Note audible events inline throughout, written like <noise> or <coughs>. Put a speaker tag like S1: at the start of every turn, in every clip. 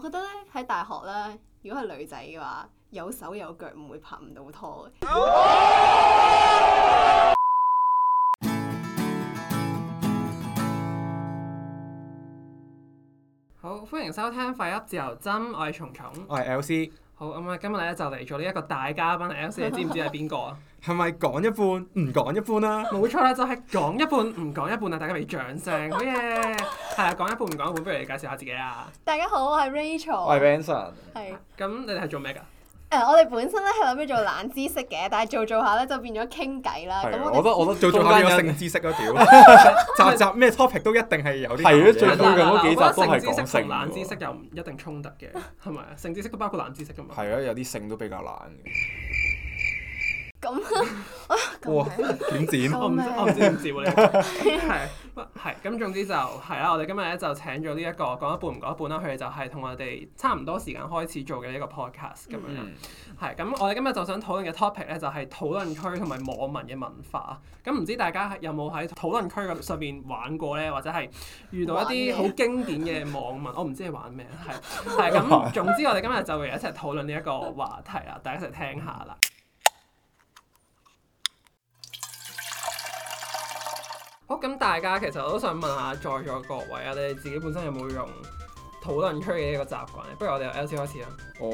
S1: 覺得咧喺大學咧，如果係女仔嘅話，有手有腳唔會拍唔到拖嘅。
S2: 好，歡迎收聽廢噏自由針，我係蟲蟲。
S3: 我係 L C，
S2: 好咁啊，今日咧就嚟咗呢一個大嘉賓 L C，你知唔知係邊個啊？
S3: 係咪講一半唔講一半啦、
S2: 冇錯啦，就係、講一半唔講一半啊！大家俾掌聲，好嘢！係啊，講一半唔講一半，不如你介紹下自己啊。
S1: 大家好，我係 Rachel，
S3: 我係 Benson，
S1: 係
S2: 咁你哋係做咩㗎？
S1: 誒，我哋本身咧係諗住做冷知識嘅，但係做做下咧就變咗傾偈啦。咁
S4: 係啊，
S1: 我哋
S4: 我覺得我覺
S3: 做做
S4: 得中
S3: 下
S4: 間
S3: 呢個
S4: 有
S3: 性知識咯，啊 <laughs> 屌集集咩 topic 都一定係有啲
S4: 係啊最
S3: 嘢
S4: 高近嗰幾集都係
S2: 我覺得性知
S4: 講
S2: 識
S4: 性
S2: 同冷知
S4: 喎
S2: 識又唔一定衝突嘅，係咪啊？性知識都包括冷知識㗎嘛。
S4: 係啊，有啲性都比較懶嘅。
S1: <laughs> 咁啊
S3: 哇
S1: 咁樣
S3: 點剪？
S2: 我唔知
S1: 救命
S2: 我唔知點接喎呢個，係係咁總之就係啦，我哋今日咧就請咗呢一個講一半唔講一半啦，佢哋就係同我哋差唔多時間開始做嘅呢一個 podcast 咁樣啦。係咁，我哋今日就想討論嘅 topic 咧就係討論區同埋網民嘅文化。咁唔知大家有冇喺討論區上邊玩過咧，或者係遇到一啲
S1: 玩
S2: 好
S1: 咩
S2: 經典嘅網民，我唔知係玩咩，係係咁。總之我哋今日就會一齊討論呢一個話題啦，大家一齊聽下啦。好，咁大家其實我都想問下在座各位啊，你哋自己本身有冇用討論區嘅呢個習慣咧？不如我哋由 L C 開始啊啦。
S3: 我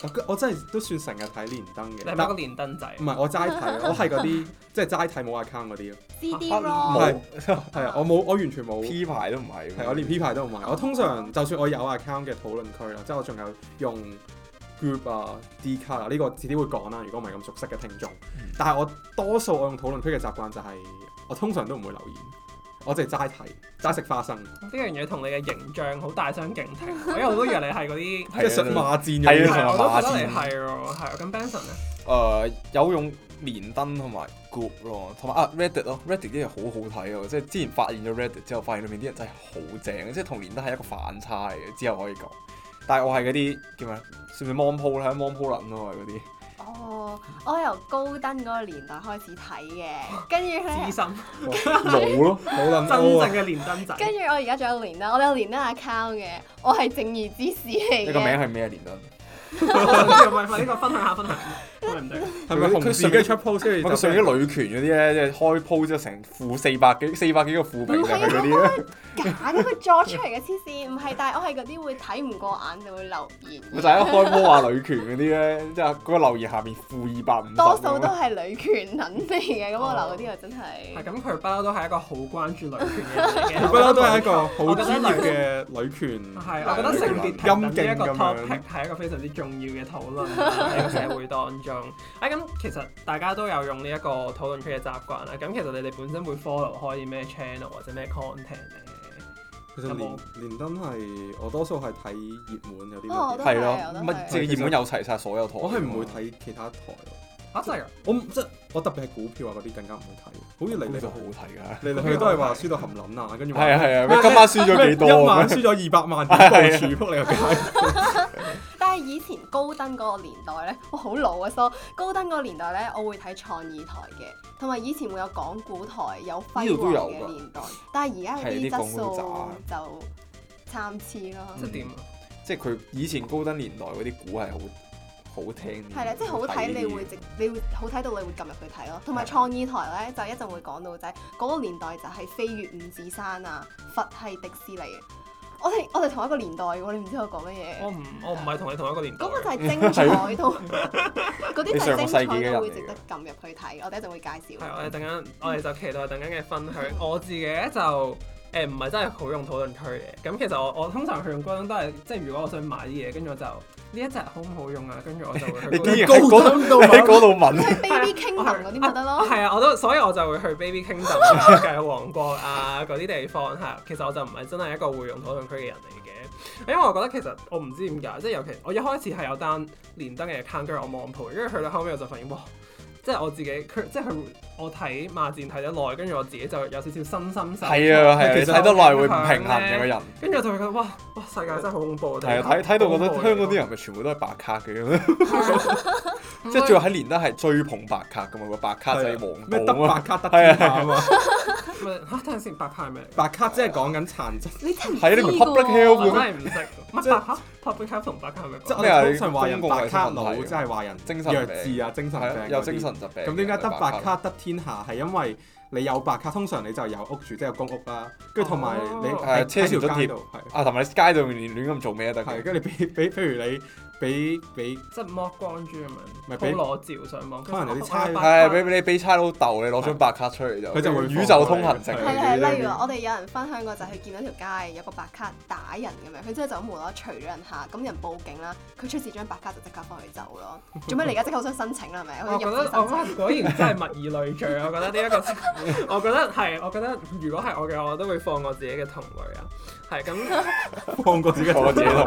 S3: 我我真係都算成日睇連登
S2: 你
S3: 嘅，
S2: 係咪一
S3: 但
S2: 個連登仔？啊
S3: 唔係我齋睇，我係嗰啲即係齋睇冇 account 嗰啲咯。
S1: CD
S4: 啊
S1: ROM
S3: 係係啊，我冇我完全冇
S4: <laughs> P 牌都唔係喎。
S3: 係我連 P 牌都唔係。我通常就算我有 account 嘅討論區啦，即係我仲有用 group 啊、D 卡啊，呢、個遲啲會講啦。如果唔係咁熟悉嘅聽眾，
S4: 嗯
S3: 但係我多數我用討論區嘅習慣就係、我通常都唔會留言，我淨係齋睇、齋食花生，
S2: 呢樣嘢同你嘅形象好大相徑庭，因為我都以為你係嗰啲，
S3: 即係想罵戰
S4: 係
S3: 咁
S4: 啊
S3: 樣。
S2: 係啊我都覺得你係喎，係啊。咁 Benson 咧，
S4: 誒有用呃連登同埋 group 咯，同埋啊 Reddit 咯，Reddit 啲嘢好好睇喎。即係之前發現咗 Reddit 之後，發現裏面啲人真係好正，即係同連登係一個反差嚟嘅。之後可以講，但係我係嗰啲叫咩？算唔算 mon 鋪咧？mon 啊鋪撚咯，我係嗰啲。
S1: 哦，我由高登嗰個年代開始睇嘅，跟住咧
S2: 資。深
S4: 老咯，
S3: 冇
S2: 真
S3: 諗到啊
S2: 正！嘅連登仔，
S1: 跟住我而家仲有連登，我哋有連登 account 嘅，我係正義之士嚟
S4: 你個名
S1: 嘅。
S4: 係咩啊？連登？
S2: <laughs> 唔係唔係呢個分享下分享下，我哋唔對。
S3: 係咪紅事跟住出 post 跟住
S4: 我
S3: 就
S4: 上啲女權嗰啲咧，即係開鋪之後成負四百幾、四百幾個負評就係嗰啲咧。
S1: 假嘅，佢作出嚟嘅黐線，唔係，但係我係嗰啲會睇唔過眼就會留言嘅。
S4: 咪就係一開波啊話女權嗰啲咧， <laughs> 即係嗰個留言下面負二百五十。啊
S1: 多數都係女權撚嚟嘅，咁
S4: 哦
S1: 我留嗰啲又啊真
S2: 係
S1: 係。
S2: 咁，佢不嬲都係一個好關注女權嘅人嚟嘅，
S3: 佢不嬲都係一個
S2: 我
S3: 好
S2: 覺得
S3: 專業嘅女權。
S2: 係，我覺得性別平等呢一個
S3: 陰莖咁樣
S2: topic 係一個非常之重要嘅討論喺個社會當中。誒咁，其實大家都有用呢一個討論區嘅習慣啦。咁其實你哋本身會 follow 開啲咩 channel 或者咩 content 咧？
S3: 其實連連登係我多數係睇熱門有啲乜
S1: 哦我都
S3: 嘢，
S4: 係
S1: 我都
S4: 咯，
S1: 係
S4: 乜即係熱門有齊晒所有台。
S3: 我係唔會睇其他台咯。
S2: 啊，真係㗎
S3: 我唔即係我特別係股票啊嗰啲更加唔會睇，好似嚟
S4: 你
S3: 嚟
S4: 呢
S3: 去
S4: 度好睇
S3: 嚟嚟去都係話輸到含撚啊，跟住
S4: 㗎。
S3: 話
S4: 係啊係
S3: <laughs> 咩
S4: 啊，咩今晚輸咗幾多
S3: 咩
S4: 啊
S3: 一晚
S4: 咁樣？
S3: 輸咗二百萬點部署，撲你個街！
S1: 但係以前高登嗰個年代咧，我好老啊，所以高登嗰個年代咧，我會睇創意台嘅，同埋以前會有港股台有輝煌
S4: 呢度都有㗎
S1: 嘅年代，但係而家嗰
S4: 係
S1: 啲
S4: 啲
S1: 質
S4: 廣告
S1: 素就參差咯。
S2: 即係點啊？
S4: <laughs> 即係佢以前高登年代嗰啲股係好好聽啲。
S1: 係啦，即係好睇，你
S4: <laughs>
S1: 會
S4: 啲
S1: 直，你會好睇到你會撳入去睇咯。同埋
S4: 係
S1: 創意台咧，就一陣會講到就係嗰個年代就係飛越五指山啊，佛係迪士尼。我哋我哋同一個年代嘅喎，你唔知我講乜
S2: 我
S1: 嘅。
S2: 唔我唔係同你同一個年代
S1: 嗰。個就係精彩到，嗰啲就
S4: 你
S1: 係
S4: 上個
S1: 精
S4: 世紀
S1: 彩
S4: 嘅人
S1: 到
S4: 嚟
S1: 會
S4: 嘅
S1: 值得撳入去睇。我哋一陣會介紹。
S2: 係，啊我哋等緊，我哋就期待等緊嘅分享。我自己咧就誒唔係真係好用討論區嘅。咁其實我我通常去用嗰種都係，即係如果我想買啲嘢，跟住我就呢一隻好唔好用啊？跟住我就會去
S4: 你
S2: 嗰
S4: 竟
S2: 個
S4: 然喺嗰度喺嗰度
S3: <laughs>
S4: 問，
S1: 即係 Baby Kingdom 嗰啲咪得咯。
S2: 係啊，我都所以我就會去 Baby Kingdom 啊、繼王國啊嗰啲地方係。其實我就唔係真係一個會用討論區嘅人嚟嘅，因為我覺得其實我唔知點解，即係尤其我一開始係有單連登嘅 account，跟住我望盤，跟住去到後尾我就發現哇，即係我自己佢即係佢我睇罵戰睇得耐，跟住我自己就有少少身心受
S4: 係啊係啊，
S3: 其
S4: 你
S3: 實
S4: 睇得耐會唔平衡嘅個人。
S2: 跟住我就會覺得哇哇世界真係好恐怖，
S4: 係啊，睇睇到
S2: 恐
S4: 覺得
S2: 怖嚟
S4: 香港啲人咪全部都係白卡嘅咁
S1: <laughs>
S4: <laughs> 樣，
S2: 唔
S4: 即係
S2: 會
S4: 最後喺連登係追捧白卡噶嘛，個白卡仔黃
S3: 咩得
S4: 道啊嘛
S3: 白，卡得
S4: 係啊
S3: 天下啊嘛，
S4: <laughs>
S2: 咪嚇等陣先，白卡係咩嚟㗎？
S3: 白卡即係講緊殘疾，
S1: 你真係唔
S4: 係啊你明
S1: 知
S4: public
S2: 我
S4: health
S1: 喎
S2: 真係唔
S4: <laughs>
S2: 識乜白卡 public health 同白卡係咪
S3: 即
S2: 講？
S3: 係我
S4: 咩啊
S3: 哋通常話人
S4: 公共
S3: 白卡
S4: 衞
S3: 佬，
S4: 生問題啊
S3: 即係話人
S4: 精神病
S3: 弱智啊、精神
S4: 係啊
S3: 病
S4: 有
S3: 嗰啲
S4: 精神疾病。
S3: 咁點解得白
S4: 卡？
S3: 卡得天下？係因為你有白卡，通常你就有屋住，即係有公屋啦。跟住同埋
S2: 哦
S3: 你
S4: 誒
S3: 喺
S4: 啊車
S3: 喺
S4: 船
S3: 條
S4: 津
S3: 街
S4: 貼
S3: 度，係
S4: 啊，同埋你街度亂亂咁做咩都得
S3: 係
S4: 嘅。
S3: 跟住你俾俾，譬如你俾俾
S2: 即係剝光珠咁樣，好
S3: 咪俾
S2: 裸照上網，
S3: 可能有
S2: 跟
S3: 啲
S2: 住我
S4: 係
S2: 白
S4: 俾
S2: 卡
S4: 俾你俾差佬鬥，你攞張白卡出嚟就
S3: 佢就會
S4: 宇宙通行
S3: 放過
S4: 證。
S3: 你
S1: 係係，
S3: 係
S1: 例如話我哋有人分享過就係佢見到條街有個白卡打人咁樣，佢之後就咁無啦啦除咗人下，咁人報警啦，佢出示張白卡就即刻放佢走咯。做咩你而家即刻好想申請啦？係咪？
S2: 我
S1: 好似
S2: 覺
S1: 入
S2: 得
S1: 紙申
S2: 我
S1: 請
S2: 覺得果然真係物以類聚，我覺得呢一個， <laughs> 我覺得係，我覺得如果係我嘅，我都會放過自己嘅同類啊。係咁， <laughs>
S3: 放過自
S4: <laughs>
S3: 己嘅
S4: 我自己同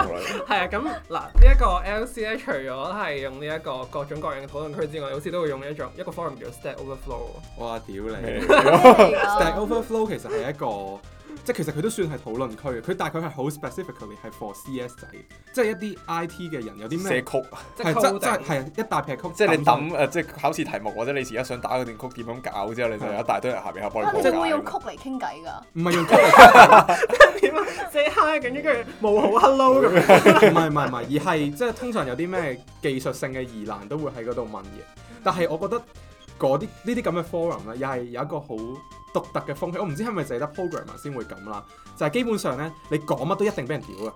S2: 係啊，咁嗱，呢一個 LC 咧，除咗係用呢一個各種各樣嘅討論區之外，好似都會用一種一個 forum 叫 Stack Overflow 喎。
S3: 哇！屌你！
S4: 你
S1: 咩嚟㗎
S3: <laughs> 但係 Overflow 其實係一個，即係其實佢都算係討論區嘅。佢大概係好 specifically 係 for CS 仔，即係一啲 IT 嘅人有啲
S4: 寫
S3: 咩
S4: 曲，
S2: 即
S3: 係
S2: 係
S3: 真
S2: coding
S3: 真係係一大劈曲，
S4: 即係你抌呃誒，即係考試題目或者你而家想打嗰段曲點樣搞之後，你就有一大堆人下面下幫你
S1: 啊，你
S4: 講
S1: 會唔會用曲
S4: 解。
S1: 嚟傾偈㗎？
S3: 唔係用曲嚟
S2: 點啊？say hi，跟住跟住冇好 hello 咁樣。
S3: 唔係唔係唔係，而係即係通常有啲咩技術性嘅疑難都會喺嗰度問嘅。但係我覺得嗰啲呢啲咁嘅 forum 咧，又係有一個好獨特嘅風氣。我唔知係咪淨係得 programmer 先會咁啦，就係、基本上咧，你講乜都一定俾人屌嘅。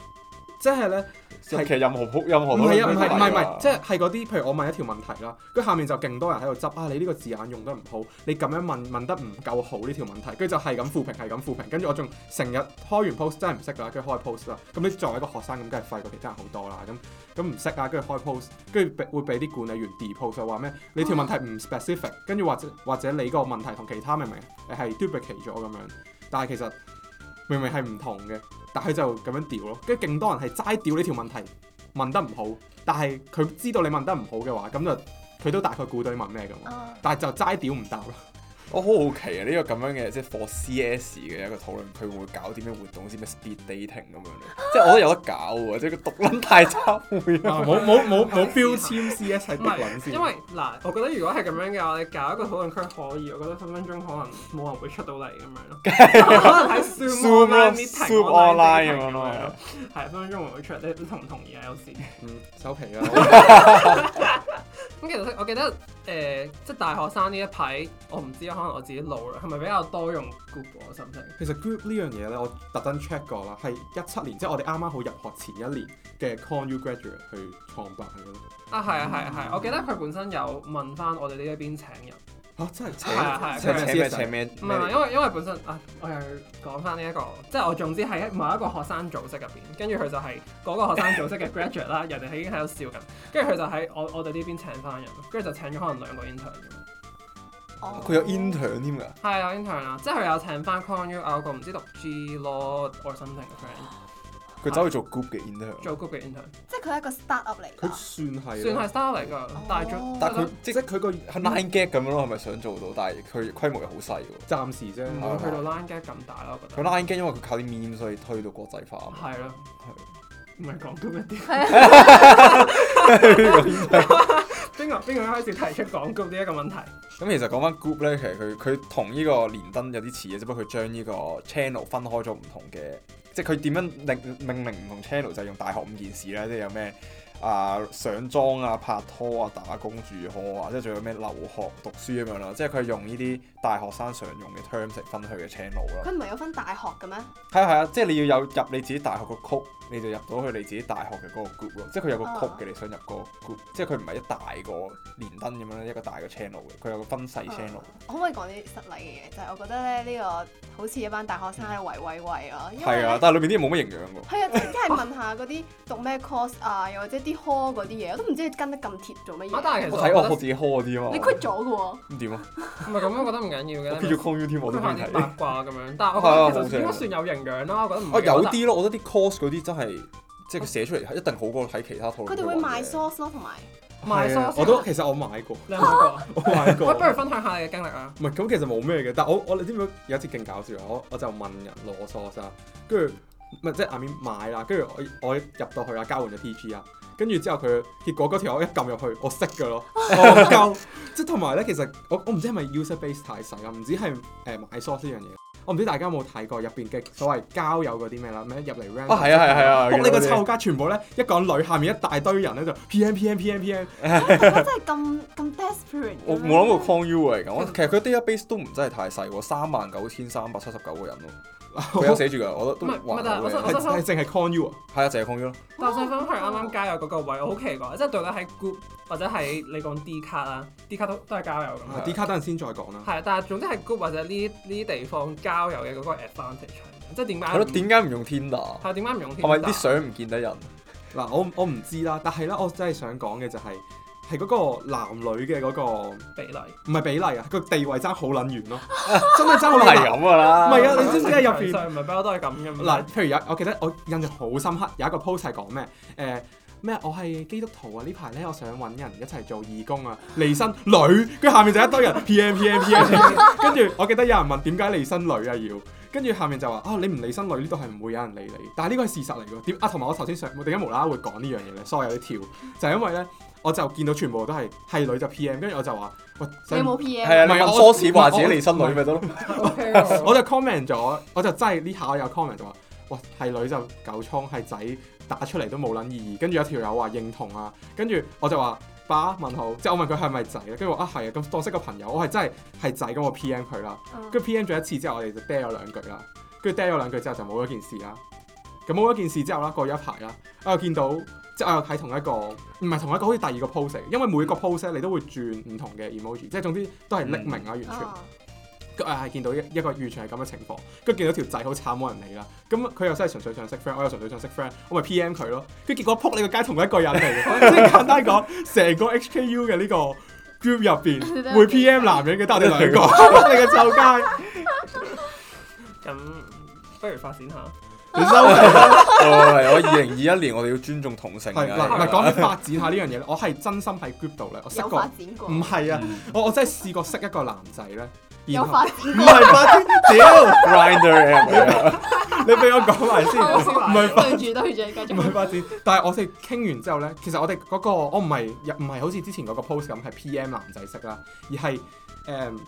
S3: 即係咧，
S4: 其實任何曲任何
S3: 唔係啊，
S4: 都
S3: 唔係
S4: 可以
S3: 唔係唔係，
S4: 啊
S3: 即係係嗰啲，譬如我問一條問題啦，跟住下面就勁多人喺度執啊，你呢個字眼用得唔好，你咁樣問問得唔夠好呢條問題，跟住就係咁負評，係咁負評，跟住我仲成日開完 post 真係唔識啦，跟住開 post 啦，咁你作為一個學生咁，梗係廢過其他人好多啦，咁咁唔識啊，跟住開 post，跟住俾會俾啲管理員 d e p o s t 就話咩，你條問題唔 specific，跟住或者或者你個問題同其他明明係 duplicate 咗咁樣，但係其實明明係唔同嘅，但係佢就咁樣屌咯，跟住勁多人係齋屌呢條問題。問得唔好，但係佢知道你問得唔好嘅話，咁就佢都大概估到你問咩咁，
S1: 啊，
S3: 但係就齋屌唔答咯。
S4: 我好好奇啊！呢個咁樣嘅即係 for CS 嘅一個討論區，會唔會搞啲咩活動先咩 speed dating 咁樣咧？即係我覺得有得搞喎，即係個毒撚太差會啊！
S3: 冇冇 <laughs> 冇冇標籤 CS 係
S2: 唔
S3: 毒撚
S2: 係，
S3: 先，
S2: 因為嗱，我覺得如果係咁樣嘅話，你搞一個討論區可以，我覺得分分鐘可能冇人會出到嚟咁樣咯。
S4: <laughs>
S2: 可能喺 Zoom
S4: Zoom 咯
S2: online meeting
S4: Zoom online 咁樣咯係啊
S2: 係分分鐘唔會出。你你同唔同意啊？L C
S3: 嗯收皮 <laughs> 啦。
S2: 咁其實我記得誒、呃即係大學生呢一排，我唔知啊，可能我自己老啦，係咪比較多用 Google 啊甚至
S3: 其實 group 呢樣嘢咧，我特登 check 過啦，係一七年，即係我哋啱啱好入學前一年嘅 ConU graduate 去創辦嘅咯。
S2: 啊，係啊，係啊，係啊，我記得佢本身有問翻我哋呢一邊請人。
S3: 嚇真係
S2: 係啊係啊
S3: 請
S4: 請
S3: 請
S4: 咩
S3: 咩
S4: 請
S3: 請
S4: 咩咩？
S2: 唔係唔係，因為因為本身啊，我又講翻呢一個，即係我總之係喺某一個學生組織入邊，跟住佢就係嗰個學生組織嘅 graduate 啦，人哋已經喺度笑緊，跟住佢就喺我我哋呢邊請翻人，跟住就請咗可能兩個 intern 咁樣。
S1: 哦
S4: 佢有 intern 添㗎。
S2: 係啊，intern 啊，即係佢有請翻 Conu 有個唔知讀 G law or something 嘅 friend
S4: 佢走去做 group 嘅 intern，
S2: 做 group 嘅 intern，
S1: 即係佢係一個 start up 嚟
S3: 佢
S1: 㗎。
S3: 算係
S2: 算係
S3: 啦，
S2: star 嚟㗎，但係
S1: 哦
S2: 做
S4: 但佢
S3: 即係佢個
S4: 係 nine gag 咁樣咯，係咪想做到？但係佢規模又好細喎。
S3: 暫時啫。
S2: 唔會去到 line gap 咁大咯，我覺
S4: 佢
S2: 得
S4: nine gag 因為佢靠啲 meme 所以推到國際化啊嘛。
S2: 係咯，唔係啊講 group 一啲。
S4: 咁
S2: <laughs> 邊個邊個開始提出講 group 呢一個問題？
S4: 其實講翻 group 咧，其實佢佢同呢個連登有啲似嘅，只不過佢將呢個 channel 分開咗唔同嘅，即係佢點樣命命名唔同 channel 就係用大學五件事啦，即係有咩啊上莊啊、拍拖啊、打工住 hall 啊，即係仲有咩留學讀書咁樣啦，即係佢係用呢啲大學生常用嘅 terms 嚟分佢嘅 channel 啦。
S1: 佢唔係有分大學嘅咩？
S4: 係啊係啊，即係你要有入你自己大學個曲，你就入到去你自己大學嘅嗰個 group 咯。即係佢有個
S1: 啊
S4: 曲嘅，你想入個 group，即係佢唔係一大個連登咁樣一個大個 channel 嘅，佢有個分細 channel
S1: 啊。可唔可以講啲失禮嘅嘢？就係我覺得咧，呢個好似一班大學生喺度圍圍圍咯，因為
S4: 係啊
S1: 咧，
S4: 但係裏面啲嘢冇乜營養喎。
S1: 係啊，即係一係問下嗰啲讀咩 course 啊，又或者啲 hall 嗰啲嘢，我都唔知佢跟得咁貼做乜
S2: 啊，
S1: 嘢。
S2: 但係其
S4: 我
S2: 實我
S4: 睇我
S2: 覺
S4: 我
S2: 得
S4: 自己 call 啲啊嘛。
S3: 哦
S1: 你 quit 咗嘅喎，
S4: 咁點啊？
S2: 唔係咁，我覺得唔緊要
S4: 我
S2: 嘅。
S4: 變咗 call U 添，我都
S2: 都
S4: 中
S2: 係
S4: 意
S2: 啲
S4: 睇。
S2: 八卦咁樣，但係我覺
S4: 係啊
S2: 得
S4: 好
S2: 其
S4: 正
S2: 實應該算有營養啦。我覺得唔
S4: 啊
S2: 係
S4: 有啲咯，我覺得啲 course 嗰啲真係，即係佢寫出嚟係一定好過睇其他討論。
S1: 佢
S4: 啊
S1: 哋會賣 source 咯，同埋
S2: 賣
S3: 係啊
S2: sauce
S3: 我都其實我買過，
S2: 你有 <laughs> 冇
S3: 我買
S2: 過？喂，
S3: 過。
S2: 不如分享下你嘅經歷啊！
S3: 唔係咁，其實冇咩嘅。但我我你知唔知有一次勁搞笑啊？我我就問人攞 sauce 啊，跟住唔係即係下面買啦，跟住我我入到去啦，交換咗 TG 啊，跟住之後佢結果嗰條我一撳入去，我識嘅
S4: <laughs>
S3: 咯，我夠。即係同埋咧，其實我我唔知係咪 user base 太細啦，唔知係誒、呃、買 sauce 呢樣嘢。我唔知大家有冇睇過入邊嘅所謂交友嗰啲咩啦，咩入嚟 r a n
S4: 啊係啊係啊係啊，
S3: 仆你個
S4: 見到
S3: 臭家，全部咧一講女，下面一大堆人咧就 PM PM PM PM，
S1: 大家真係咁咁 desperate 嘅咩。
S4: 我冇諗過 con u 嚟咁，其實佢 database 都唔真係太細喎，三萬九千三百七十九個人咯，佢有寫住㗎，我覺
S2: 唔係
S4: 得
S2: 唔
S4: 都
S2: 係
S4: 還
S2: 但係
S4: 好
S2: 我想
S3: 係
S4: 嘅，
S3: 係淨係 con you 啊！
S4: 係啊，就係 con u 咯，
S2: 但我想分享啱啱交友嗰個位，我好奇怪，即係到底喺 group 或者係你講 D 卡啦，D 卡都都係交友咁
S3: 啊
S2: 樣。
S3: D 卡等陣先再講啦。
S2: 係，啊但係總之係 group 或者呢呢啲地方交友嘅嗰個 advantage 係咩即係點解唔？
S4: 係咯，點解唔用 Tinder？
S2: 係啊點解唔用
S4: 係咪
S2: Tinder？
S4: 啲相唔見得人？
S3: 嗱，我我唔知啦，但係咧，我真係想講嘅就係係嗰個男女嘅嗰、個唔
S2: 比例？
S3: 係比例啊，個地位爭好撚遠咯，真係爭好
S4: 都係
S3: 撚遠。
S4: 咁㗎啦，
S3: 唔係啊你知唔知喺入邊
S2: 上唔係不嬲都係咁嘅咩？
S1: 嗯
S3: 嗱，譬如有我記得我印象好深刻，有一個 post 係講咩誒。咩？我係基督徒啊！呢排咧，我想揾人一齊做義工啊！離身女，跟住下面就一堆人
S1: <laughs>
S3: PM PM PM，跟住我記得有人問點解離身女啊要，跟住下面就話啊你唔離身女呢度係唔會有人理你，但係呢個係事實嚟㗎。點啊？同埋我頭先想我點解無啦啦會講呢樣嘢咧？sorry 有啲跳，就係因為咧我就見到全部都係係女就 PM，跟住我就話喂，
S1: 你
S3: 想
S1: 冇 PM？
S4: 係啊，你
S3: 唔係
S4: 問
S3: 我
S4: source 話自己離身女咪得咯，
S2: OK 喎
S3: 我就 comment 咗，我就真係呢下我有 comment 就話，哇係女就狗倉，係仔打出嚟都冇撚意義。跟住有條友話認同啊，跟住我就話爸問號，即係我問佢係咪仔咧，跟住我啊係啊，咁當識個朋友，我係真係係仔咁我 PM 佢啦，
S1: 嗯
S3: 跟住 PM 咗一次之後，我哋就嗲咗兩句啦，跟住嗲咗兩句之後就冇咗件事啦。咁冇咗件事之後啦，過咗一排啦，啊我又見到即係我又睇同一個，唔係同一個，好似第二個 post 嚟嘅，因為每個 post 咧你都會轉唔同嘅 emoji，即係總之都係匿名啊，完全。
S1: 啊
S3: 誒係見到一一個完全係咁嘅情況，跟住見到條仔好慘冇人理啦，咁佢又真係純粹想識 friend，我又純粹想識 friend，我咪 PM 佢咯，跟住結果撲你個街同一個人
S1: <laughs>
S3: 嚟嘅，即係簡單講，成個 HKU 嘅呢個 group 入
S1: <laughs> 你都
S3: 邊
S1: 有
S3: 會
S1: 幾個
S3: PM 男人嘅得我哋兩
S1: <laughs>
S3: 個，撲你個臭街，
S2: 咁不如發展下。
S3: 你收皮。
S4: 係我二零二一年我哋要尊重同性
S3: 係嗱，唔係
S4: 嘅，
S3: 講起發展下呢樣嘢咧，我係真心喺 group 度咧，我識
S1: 有
S3: 過
S1: 發，展過，
S3: 唔係啊，我我真係試過識一個男仔咧，然
S1: 有
S3: 後
S1: 發展
S3: 唔係發展，屌
S4: grinder app
S3: 你俾我講埋先，
S1: 過，
S3: 唔係發
S1: 對住對住繼
S3: 唔係
S1: 續。
S3: 發展，但係我哋傾完之後咧，其實我哋嗰、個我唔係唔係好似之前嗰個 post 咁係 PM 男仔識啦，而係誒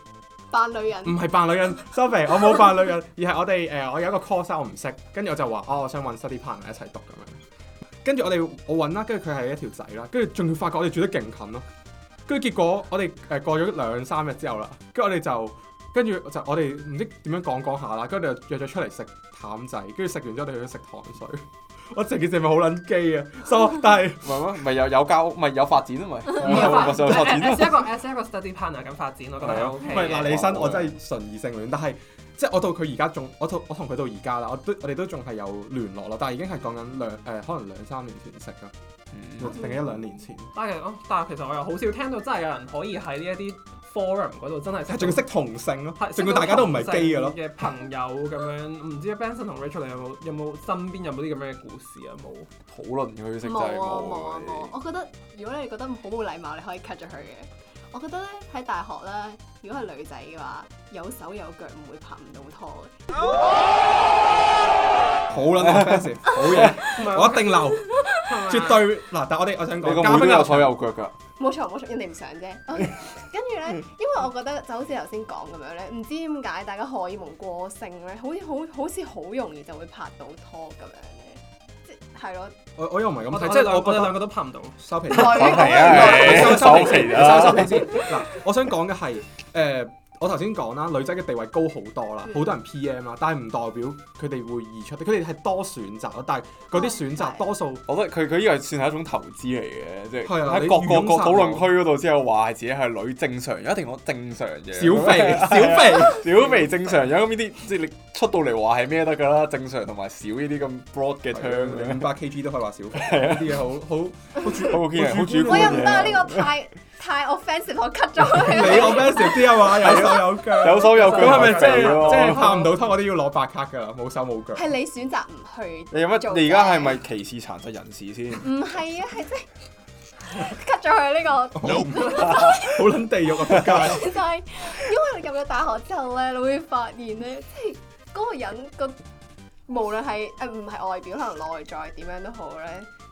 S1: 扮女人
S3: 唔係扮女人 s o r r y 我冇扮女人，而係我哋誒、我有一個 course 我唔識，跟住我就話哦，我想揾 study partner 一齊讀咁樣，跟住我哋我揾啦，跟住佢係一條仔啦，跟住仲要發覺我哋住得勁近咯，跟住結果我哋誒、過咗兩三日之後啦，跟住我哋就。跟住就我哋唔知點樣講講下啦，跟住就約咗出嚟食淡仔，跟住食完之後我哋去咗食糖水。 <laughs> 我成件事咪好撚機啊！所以但係
S4: 咪咪咪有有交咪有發展啊咪，咪就發展
S2: as 一個 as 一個 study partner 咁發展，我覺得
S4: 係
S2: 係
S4: 啊
S2: OK
S3: 唔
S2: 嘅。
S3: 係嗱，
S4: 你
S3: 李生我真係純異性戀，但係即係我到佢而家仲，我同我同佢到而家啦，我都我哋都仲係有聯絡咯，但係已經係講緊兩誒、可能兩三年前識啦，
S4: 嗯
S3: 定係一兩年前，
S2: 但係哦，但係其實我又好少聽到真係有人可以喺呢一啲 forum 嗰度真係
S3: 係仲要識同性咯，仲要大家都唔係基嘅咯，
S2: 嘅朋友咁樣，唔知 Benson 同 Rachel 你有冇有冇身邊有冇啲咁樣嘅故事啊？冇。
S4: 討論佢識就
S1: 冇啊
S4: 係
S1: 冇啊冇
S4: 冇
S1: 啊！我覺得如果你覺得好冇禮貌，你可以 cut 咗 <laughs> 佢嘅。我覺得咧喺大學咧，如果係女仔嘅話，有手有腳唔會拍唔到拖嘅。
S3: 好撚
S2: <laughs>
S3: offensive，好嘢，
S2: 唔係
S3: 我一定留，
S2: 係咪
S3: 絕對嗱，但我哋我想
S4: 你個
S3: 講，
S4: 妹
S3: 嘉
S4: 都
S3: 賓
S4: 有
S3: 有
S4: 手有腳㗎，
S1: 冇錯 <laughs> 冇錯，人哋唔想啫。跟住咧，因為我覺得就好似頭先講咁樣咧，唔知點解大家荷爾蒙過盛咧，好似好好似好容易就會拍到拖咁樣咧，即係 <laughs> 咯。
S3: 我我又唔係咁
S2: 我
S3: 睇，
S2: 哋
S3: 即
S2: 即
S3: 係
S2: 係
S3: 我
S2: 我
S3: 覺
S2: 哋
S3: 得
S2: 兩個都拍唔到。
S3: 收皮。
S1: 女
S4: 手皮啊，手皮
S3: 收收
S4: 啊，
S3: 皮先。嗱，我想講嘅係誒，我頭先講啦，女仔嘅地位高好多啦，
S1: 嗯
S3: 好多人 PM 啦，但係唔代表佢哋會移出，佢哋係多選擇咯。但係嗰啲選擇多數
S4: 我覺得佢佢依個算係一種投資嚟嘅，即係
S3: 係啊
S4: 喺
S3: 你
S4: 各個
S3: 冤
S4: 個
S3: 殺
S4: 討論
S3: 我
S4: 區嗰度之後話係自己係女正常，一定講正常嘅
S3: 小肥小肥，
S4: <laughs> 小肥正常，有咁呢啲即係你出到嚟話係咩得㗎啦？正常同埋少呢啲咁 broad 嘅 term 嘅
S3: 五百 kg 都可以話小肥，呢啲嘢好好好主
S4: 好嘅好主
S3: 觀
S4: 觀
S1: 我又唔
S4: 嘅
S1: 得啊！呢個太 <laughs> 太 offensive，我 cut 咗
S3: 你
S1: 佢。啊
S3: 我 fans 啲啊嘛，有手有腳，
S4: 有手有腳，
S3: 咁係咪即係
S4: 有手
S3: 啊
S4: 有腳
S3: 即係拍唔到拖，我都要攞白卡㗎啦，冇手冇腳。
S1: <laughs> 係你選擇唔去。
S4: 你有乜？你而家係咪歧視殘疾人士先？
S1: 唔係啊，係即係 <laughs> cut 咗佢呢個。
S3: 好撚地獄啊！仆
S1: <laughs>
S3: 街，
S1: 就係因為你入咗大學之後咧，你會發現咧，即係嗰個人個無論係誒唔係外表，可能內在點樣都好咧，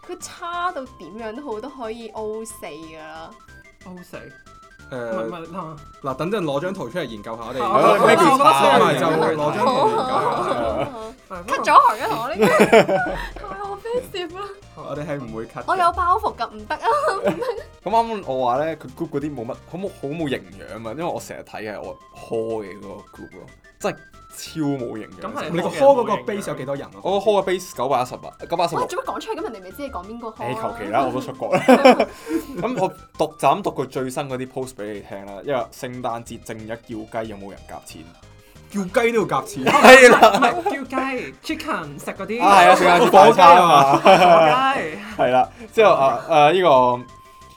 S1: 佢差到點樣都好，都可以 O 四噶啦。
S2: O 死，唔係唔
S3: 誒
S2: 係嗱
S3: 嗱，等陣攞張圖出嚟研究下我哋。
S2: 好
S4: 啊
S3: 跟住
S4: 好啊
S3: 抄埋就
S4: 好啊
S3: 攞張圖研究下。
S2: 係
S1: cut 咗佢啊！我呢個太 offensive 啦！
S3: 我哋係唔會 cut
S1: 我有
S3: 嘅。
S1: 包袱㗎，唔得啊！
S4: 咁啱啱我話咧，佢 group 嗰啲冇乜好冇好冇營養啊，因為我成日睇係我 call 嘅嗰個 group 咯，真係超冇營
S2: 咁係
S4: 養。
S3: 你個 call 嗰個 base 有幾多人啊？
S4: 我個 call 嘅 base 九百一十啊，九百一十
S1: 喂，
S4: 六。
S1: 做乜講出嚟咁？人哋咪知你講邊啊個
S4: 誒求其
S1: 開啦？
S4: 啦，我都出國啦。 <laughs> 咁我讀就咁讀佢最新嗰啲 post 俾你聽啦，因為聖誕節正一叫雞有冇人夾錢？啊
S3: 叫雞都要夾錢。 <laughs>
S4: 係啦，
S2: 唔係叫雞 chicken 食嗰啲
S4: 啊係啊，聖誕節大餐啊嘛，
S2: 傻雞，
S4: <laughs> 係啦，之後啊誒呢個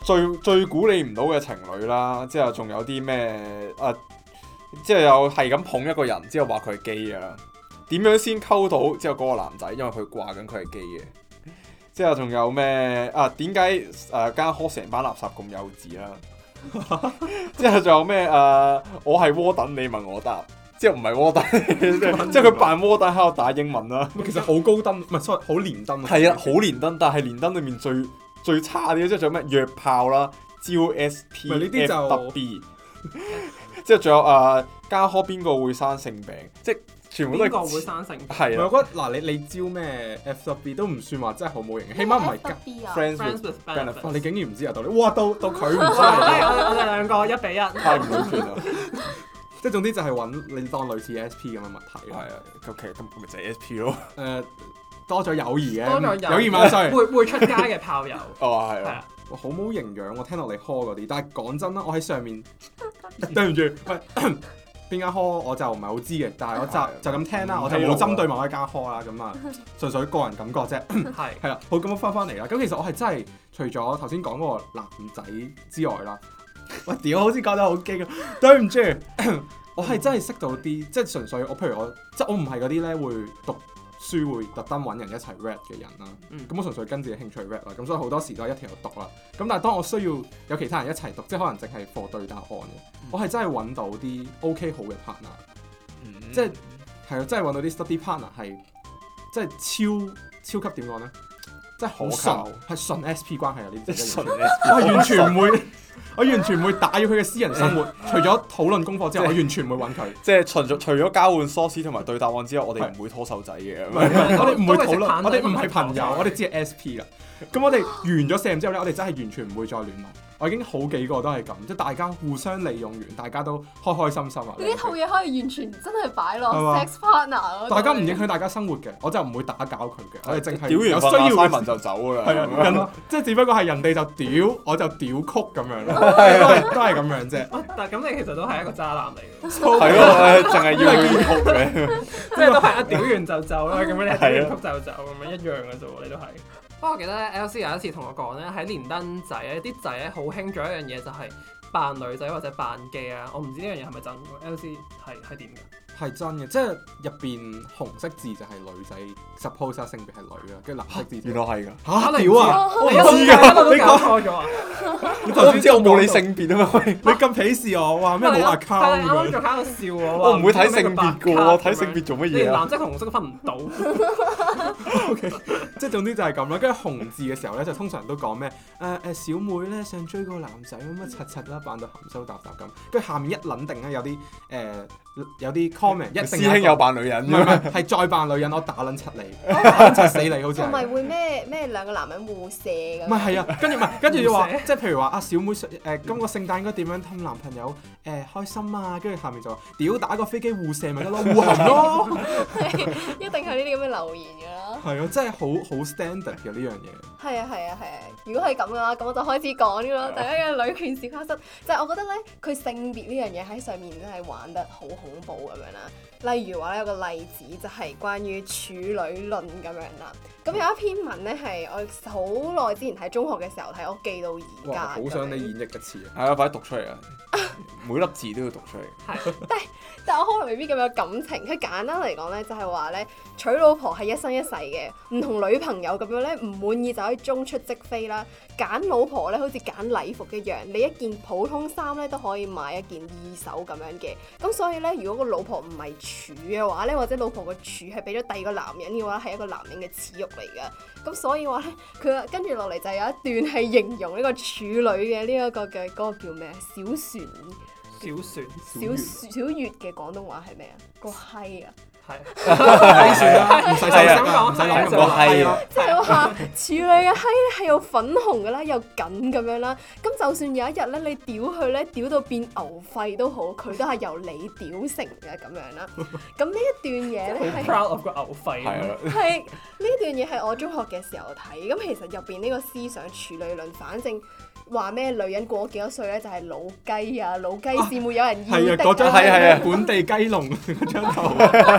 S4: 最最估你唔到嘅情侶啦，之後仲有啲咩啊？之後又係咁捧一個人，之後話佢係基嘅啦。點樣先溝到之後嗰個男仔？因為佢掛緊佢係基嘅。之後仲有咩啊？點解誒間 hall 成班垃圾咁幼稚啦？之後仲有咩誒、呃我係窩等你問我答，之後唔係窩等，即係佢扮窩等喺度打英文啦。
S3: 其實好高登，唔係 sorry，好連登。
S4: 係啊，好連登，但係連登裏面最最差啲，即係仲有咩約炮啦、招 S P
S3: 喂呢啲就
S4: F B，即 <laughs> 係仲有誒家科邊個會生性病，即係全部都
S2: 邊個會
S4: 係
S2: 生性
S3: 唔
S4: 係啊
S3: 係
S4: 啦
S3: 我覺得嗱，你你招咩 FWB 都唔算話真係好冇型，起碼唔係夾。
S1: B 啊！
S4: ，friends
S2: friends
S4: with
S2: with
S4: benefits
S2: benefits？
S3: 哇！你竟然唔知啊，道理，哇！到到佢唔
S2: 我 <laughs> 哋
S3: 知，
S2: 我哋兩個一比一，
S4: 太唔安全啦，
S3: 即係總之就係揾你當類似 SP 咁嘅物體
S4: 係
S3: 啦。
S4: 啊，咁其實根本咪就係 S P 咯， <laughs>
S3: 誒，多咗友誼
S2: 多
S3: 嘅，
S2: 咗友
S3: 友誼嗯萬歲。
S2: 會會出街嘅炮友，
S4: 哦係
S2: 係
S4: 啊，
S2: 啊，
S3: 哇好冇營養喎，聽落你 call 嗰啲，但係講真啦，我喺上 <laughs> 面對唔住，喂 <coughs> 邊間 call 我就唔係好知嘅，但係我啊就就咁聽啦，我就冇啊針對某一間 call 啦，咁啊，純粹個人感覺啫，
S2: 係
S3: 係啦，好咁我翻翻嚟啦，咁其實我係真係除咗頭先講嗰個男仔之外啦， <laughs> 喂屌，好似講得好
S2: <laughs>
S3: 激啊，對唔住， <coughs> 我係真係識到啲，即係純粹我譬如我即係我唔係嗰啲咧會讀書會特登揾人一齊 rap 嘅人啦。
S2: 嗯
S3: 咁我純粹跟自己興趣 rap 啦，咁所以好多時都係一條讀啦。咁但係當我需要有其他人一齊讀，即係可能淨係 for 對答案嘅，
S2: 嗯
S3: 我係真係揾到啲 OK 好嘅 partner，即係係啊，真係揾到啲 study partner 係即係超超級點講咧，即係好
S4: 可
S3: 純係純 SP 關係啊呢 <laughs>
S4: 即
S3: 啲
S4: <laughs>
S3: 真
S4: 係
S3: 係
S4: 純
S3: 完全，我係
S4: S
S3: 完全 <laughs> 唔會，我完全唔會打擾佢嘅私人生活， <laughs> 除咗討論功課之後，我完全唔會揾佢。
S4: 即係除咗除咗交換 source 同埋對答案之外，我哋
S3: 係
S4: 唔會拖手仔嘅。
S3: 唔係唔係 <laughs> 我哋唔會討
S2: 都係
S3: 論，
S2: 食
S3: 我哋
S2: 飯
S3: 唔係朋
S2: 都係
S3: 友
S2: 食飯，
S3: 我哋只係啊 SP 啦。 <laughs> 咁我哋完咗 Sam 之後咧，我哋真係完全唔會再聯絡。我已經好幾個都係咁，即係大家互相利用完，大家都開開心心啊。
S1: 呢套嘢可以完全真係擺落
S3: 係嘛
S1: sex partner 嗰度
S3: 大家唔影響大家生活嘅，我就唔會打攪佢嘅。我哋淨係
S4: 屌完
S3: 有
S4: 份阿
S3: 需要
S4: Simon 就走啦。
S3: 係 <laughs> 啊，人即係只不過係人哋就屌，我就屌曲咁樣咯，都 <laughs> 係啊都係咁樣啫。
S2: 喂，但係咁你其實都係一個渣男嚟
S4: <laughs>
S2: 嘅，
S4: 係咯，誒淨係要佢曲嘅。
S2: 即係都係一屌完就走啦，咁樣你係屌完就走咁樣一樣嘅啫喎，你都係。不過我記得咧，L C 有一次同我講咧，喺連登仔咧，啲仔咧好興做一樣嘢就係扮女仔或者扮 gay 啊，我唔知呢樣嘢係咪真嘅，L C 係係點嘅？
S3: 係真嘅，即係入邊紅色字就係女仔，suppose 啊性別係女啊，跟住藍色字就
S4: 原來係㗎。
S3: 嚇屌啊！
S2: 我
S3: 我
S2: 一
S3: 唔
S2: 路
S3: 知㗎
S2: 都
S3: 你
S2: 搞錯咗啊！
S3: 你
S4: <laughs> 我唔知我冇
S3: 講
S4: 你
S3: 到
S4: 性
S3: <laughs>
S4: 別啊嘛，喂
S3: 你咁鄙視我，話咩冇
S2: 但係
S3: account
S2: 啊啱
S3: 咁
S2: 啱
S3: 樣？
S2: 仲喺度笑我話
S4: 我唔會睇性別
S2: 咩
S4: 嘅
S2: 白卡
S4: 喎，
S2: 咁樣
S4: 睇性別做乜
S2: 你
S4: 嘢
S2: 連藍
S4: 啊？
S2: 色同紅色都分唔到，
S3: 即係總之就係咁啦。跟住紅字嘅時候咧，就通常都講咩誒誒小妹咧想追個男仔咁乜柒柒啦，扮到含羞答答咁。跟住下面一撚定咧有啲誒、呃有啲 comment 一定
S4: 師兄有扮女人
S3: 一個唔係唔
S4: 㗎，
S3: 係係再扮女人，我打撚柒你，打撚柒死你好似
S1: 同
S3: <laughs>
S1: 埋
S3: 係。
S1: 會咩咩兩個男人互射咁
S3: 唔
S1: 樣。
S3: 係係
S4: <laughs>
S3: 啊，跟住唔係跟住要話
S2: 唔，
S3: 即係譬如話啊，小妹想誒、今個聖誕應該點樣氹男朋友誒、開心啊？跟住下面就話屌打個飛機互射咪
S4: <laughs>
S3: 得咯，互含咯。
S1: 一定係呢啲咁嘅留言㗎啦。
S3: 係啊，真係好好 standard 嘅呢樣嘢。
S1: 係啊係啊係啊！如果係咁嘅話，咁我就開始講㗎啦。大家嘅女權小教室就係我覺得咧，佢性別呢樣嘢喺上面真係玩得好恐怖咁樣啦。例如話咧，有個例子就係關於處女論咁樣啦。咁有一篇文咧係我好耐之前喺中學嘅時候睇，我記到而
S3: 哇！
S1: 家。
S3: <laughs> 好想你演繹一次啊！
S4: 係啊，快啲讀出嚟啊！每粒字都要讀出嚟。
S1: <laughs> 但我可能未必咁有感情。佢簡單嚟講咧，就係話咧娶老婆係一生一世嘅，唔同女朋友咁樣咧，唔滿意就可以中出即飛啦。揀老婆咧，好似揀禮服一樣，你一件普通衫咧都可以買一件二手咁樣嘅。咁所以咧，如果個老婆唔係處嘅話咧，或者老婆個處係俾咗第二個男人嘅話，係一個男人嘅恥辱嚟㗎。咁所以話咧，佢跟住落嚟就有一段係形容呢個處女嘅呢一個嘅嗰、個叫咩啊小船。
S2: 小船
S1: 小小月嘅廣東話係咩啊？個閪啊！
S2: 係
S3: 唔使哎諗，唔使諗，唔使諗咁多
S4: 係啊
S1: 即係話處女嘅閪咧係又粉紅嘅啦，又緊咁樣啦。咁就算有一日咧，你屌佢咧，屌到變牛肺都好，佢都係由你屌成嘅咁樣啦。咁呢一段嘢咧係。
S2: 好
S1: 啊
S2: proud of 個牛肺。
S4: 係啊啦，
S1: 係呢段嘢係我中學嘅時候睇，咁其實入邊呢個思想處女論，反正話咩女人過咗幾多歲咧就係老雞啊，老雞是會有人要
S3: 係啊，
S1: 的
S3: 嗰張
S4: 係啊係啊
S3: 本地雞籠嗰張
S4: <laughs>
S3: 圖，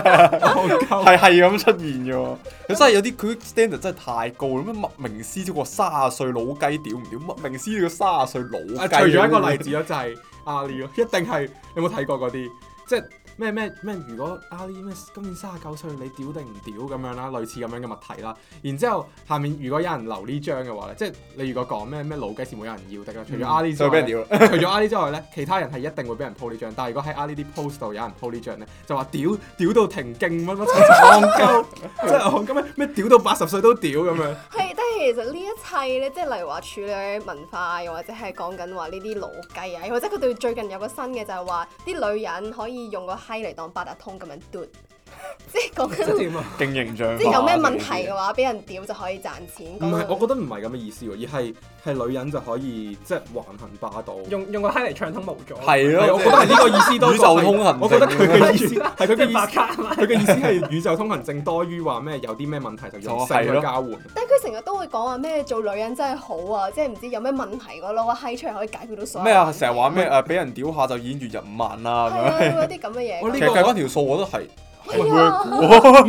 S3: 戇鳩
S4: 係係咁出現
S3: <laughs>
S4: 嘅喎。佢真係有啲佢 standard 真係太高啦。咩麥明詩超過卅歲老雞屌唔屌？麥明詩要卅歲老雞。
S3: 啊除咗一個例子咯，就係阿 Lee 咯，一定係你有冇睇過嗰啲，即係咩咩咩？如果阿 Lee 咩今年三十九歲，你屌定唔屌咁樣啦，類似咁樣嘅物體啦。然之後下面如果有人留呢張嘅話咧，即係你如果講咩咩老雞是冇有人要的啦，除咗阿 Lee 之
S4: 就
S3: 外
S4: 嗯俾
S3: 咧
S4: 人。屌
S3: <laughs>
S4: 啦。<laughs>
S3: 除咗阿 Lee 之外咧，其他人係一定會俾人 po 呢張，但係如果喺阿 Lee 啲 post 度有人 po 呢張咧，就話屌屌到停勁乜乜柒柒戇鳩，即係戇鳩咩咩屌到八十歲都屌咁樣，
S1: 係，但係其實呢一切咧，即係例如話處理文化，又或者係講緊話呢啲老雞啊，又或者佢哋最近有個新嘅就係話啲女人可以用個閪嚟當八達通咁樣嘟， <laughs> 即係講
S2: 即係
S1: 緊
S2: 點啊？
S4: 勁形象化。
S1: 即係有咩問題啊嘅話，俾人屌就可以賺錢。
S3: 唔
S4: 啊
S3: 係，我
S1: 講
S3: 覺得唔係咁嘅意思喎，而係係女人就可以即係橫行霸道。
S2: 用用個閪嚟暢通無阻。
S4: 係啊
S3: 係，
S4: 咯，
S3: 我覺得係呢個意思多過係
S4: 宇宙通行證
S3: 我覺得佢嘅意
S4: <laughs>
S3: 思係佢
S2: 即係
S3: 嘅
S2: 白
S3: 意思，
S2: 卡啊嘛。
S3: 佢嘅意思係宇宙通行證多於話咩有啲咩問題就用性去交
S4: <laughs>
S3: 換。
S1: 但係佢成日都會講話咩做女人真係好啊，即係唔知有咩問題我攞個閪出嚟可以解決到所有
S4: 咩啊？
S1: 問題
S4: 成日話咩誒？俾人屌下就已經月入五萬啦咁
S1: 係
S4: 樣。
S1: 啊，嗰啲咁嘅嘢。
S3: 我呢
S4: 其
S3: 個
S4: 實計翻條數，我覺得係係
S1: 係啊
S4: work 喎。
S3: 唔係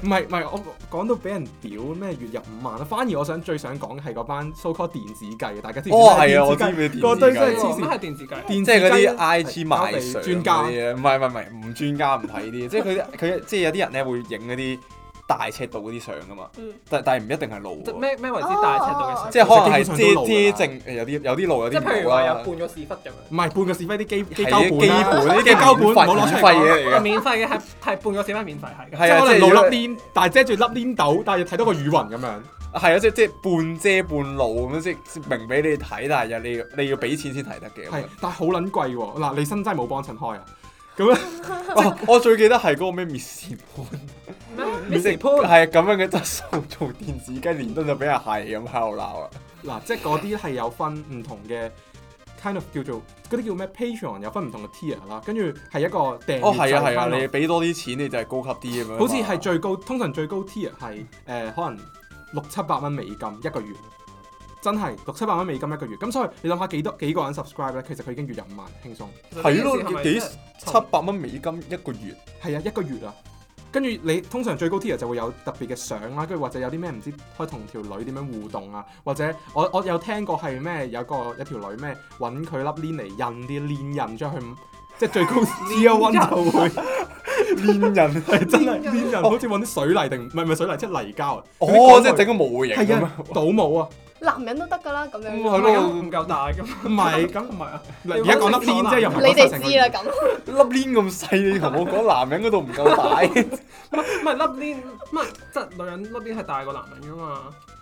S3: 唔係唔係，我講到俾人屌咩月入五萬啦，反而我想最想講嘅係嗰班 so called 電子計，大家知唔知咩
S4: 哦，係啊，我
S3: 電子
S4: 知
S3: 計？
S4: 咩電子
S3: 嗰堆真係
S4: 計
S3: 黐線
S2: 咁係電子雞。
S3: 電
S4: 即
S3: 子
S4: 係嗰
S3: 雞
S4: 啲
S3: 呢
S4: I G 賣相
S3: 專
S4: 嗰
S3: 家
S4: 啲嘢，唔係唔係唔係，唔專家唔睇呢啲，即係佢佢即係有啲人咧會影嗰啲大尺度嗰啲相噶嘛，
S1: 嗯
S4: 但但係唔一定係路
S2: 即
S4: 喎，
S2: 咩咩為之大尺度嘅
S1: 哦
S2: 相？
S4: 即係可能係
S3: 基本上都路㗎
S4: 遮
S3: 啦
S4: 遮正有啲有啲啊路有
S2: 即係譬
S4: 啲
S2: 如
S4: 路
S2: 話有
S4: 啦
S2: 半，個屎忽咁樣。
S3: 唔係半個是非啲基基
S4: 係啊
S3: 膠
S4: 基本
S3: 本啦
S4: 呢啲
S3: 基膠本
S4: 免
S3: 唔
S4: 費
S3: 好攞出嚟
S4: 免費
S3: 講。
S4: 嘢嚟嘅，
S2: 哦免費嘅係係半個小費免費係嘅。
S3: 即
S4: 係
S3: 係
S4: 啊，
S3: 可
S4: 即
S3: 能
S4: 係如
S3: 冇
S4: 果
S3: 粒黏，但係遮住粒黏豆，但係睇到個雨雲咁樣。
S4: 係啊，即係即係半遮半路咁樣，即係明俾你睇，但係又你要你要俾錢先睇得嘅咁樣
S3: 係。，但係好撚貴喎！嗱，你新真係冇幫襯開啊！咁咧，
S4: 哦我最記得係嗰個咩 Miss 潘
S2: 咩咩事潘？
S4: 係啊咁樣嘅質素做電子雞，連登就俾人係咁喺度鬧啊啦。
S3: 嗱，即係嗰啲係有分唔同嘅 kind of 叫做嗰啲叫咩 Patreon 有分唔同嘅 tier 啦，跟住係一個訂閱制
S4: 哦，係啊，係
S3: kind
S4: 啊，
S3: of
S4: 你俾多啲錢，你就係高級啲咁樣。啊
S3: 好似係最高，通常最高 tier 係誒、呃可能六七百蚊美金一個月，真係六七百蚊美金一個月。咁所以你諗下幾多幾個人 subscribe 咧，其實佢已經月入五萬輕鬆。
S4: 係
S2: 其實呢件事係
S4: 咯，
S2: 咪
S4: 幾
S2: 即係
S4: 七百蚊美金一個月，
S3: 係啊，一個月啊。跟住你通常最高 tier 就會有特別嘅相啦，跟住或者有啲咩唔知可以同條女點樣互動啊，或者我我有聽過係咩有個有條女咩揾佢粒 lin 嚟印啲 lin 印將佢，即係最
S4: <laughs>
S3: 高 tier one 就會 <laughs>
S4: 練人係
S3: 真
S4: 真
S3: 係
S4: 係。
S3: lin 印，好似揾啲水泥定唔係唔係水泥，即係泥膠啊。
S4: 哦，即係整個模型咁
S3: 係
S4: 樣
S3: 啊，倒模啊，
S1: 男人都得㗎啦，咁樣。
S4: 咁係咯
S2: 唔夠大咁。
S3: 唔
S4: <laughs>
S3: 係
S2: 咁唔係啊。
S3: 嗱而家講粒 lin 啫，又唔係
S1: 你
S3: 講
S1: 哋
S3: 曬成個
S1: 知啦咁。
S4: 粒鏈咁細，你同我講男人嗰度唔
S3: <laughs>
S4: 夠大，
S2: 唔係粒鏈，唔係即係女人粒鏈係大過男人噶嘛。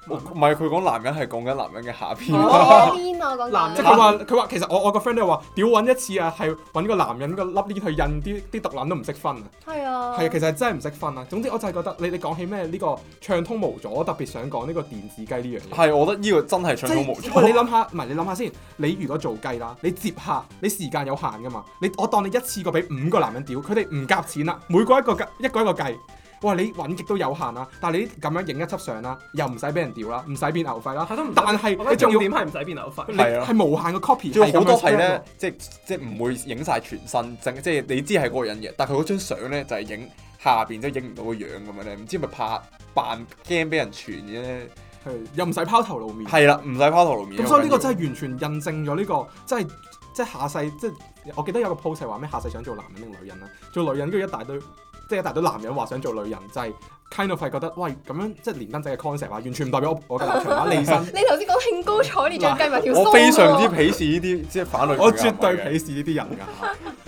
S4: 唔係佢講男人係講緊男人嘅下邊。
S1: 哦邊啊講
S2: 男
S3: 即係
S1: 緊
S3: 佢話佢話，其實我我個 friend 都話，屌揾一次啊，係揾個男人個粒呢去印啲啲毒撚都唔識分啊，
S1: 係啊，
S3: 係啊，其實係真係唔識分啊。總之我就係覺得你你講起咩呢個暢通無阻，我特別想講呢個電子雞呢樣嘢。
S4: 係，我覺得呢個真係暢
S3: 即係
S4: 通無阻。
S3: 喂，你諗下，唔係你諗下先，你如果做雞啦，你接客，你時間有限噶嘛，你我當你一次過俾五個男人屌，佢哋唔夾錢啦，每個一個計，一個一個計。哇！你揾極都有限啦，但係你咁樣影一輯相啦，又唔使俾人屌啦，唔使變牛肺
S4: 啊
S3: 啦，
S2: 係都唔使
S3: 但
S2: 我
S3: 係
S2: 覺
S3: 你
S2: 得重
S3: 仲要
S2: 點係唔使變流費。
S3: 你
S4: 係啊
S3: 係無限個 copy，
S4: 仲有好多
S3: 咁樣
S4: 係
S3: spread 喎
S4: 咧，即即唔會影晒全身，淨即係你知係嗰個人嘅，但佢嗰張相咧就係影下邊，即係影唔到個樣咁樣咧，唔知係咪怕扮驚俾人傳嘅咧？
S3: 係又唔使拋頭露面。
S4: 係啦，唔使拋頭露面。
S3: 咁所以呢個
S4: 好緊
S3: 真
S4: 要
S3: 係完全印證咗呢、個，真係即係下世，即係我記得有個 post 係話咩下世想做男人定女人啦，做女人跟住一大堆，即係一大堆男人話想做女人，就係、kind of 係覺得喂咁樣即係連登仔嘅 concept 話完全唔代表我我嘅立場啊，離身，
S1: 你頭先講興高採烈，再計埋條須
S4: 我非常之
S1: 喎
S4: 鄙視呢啲即係反類。
S3: 我絕對鄙視呢啲人㗎。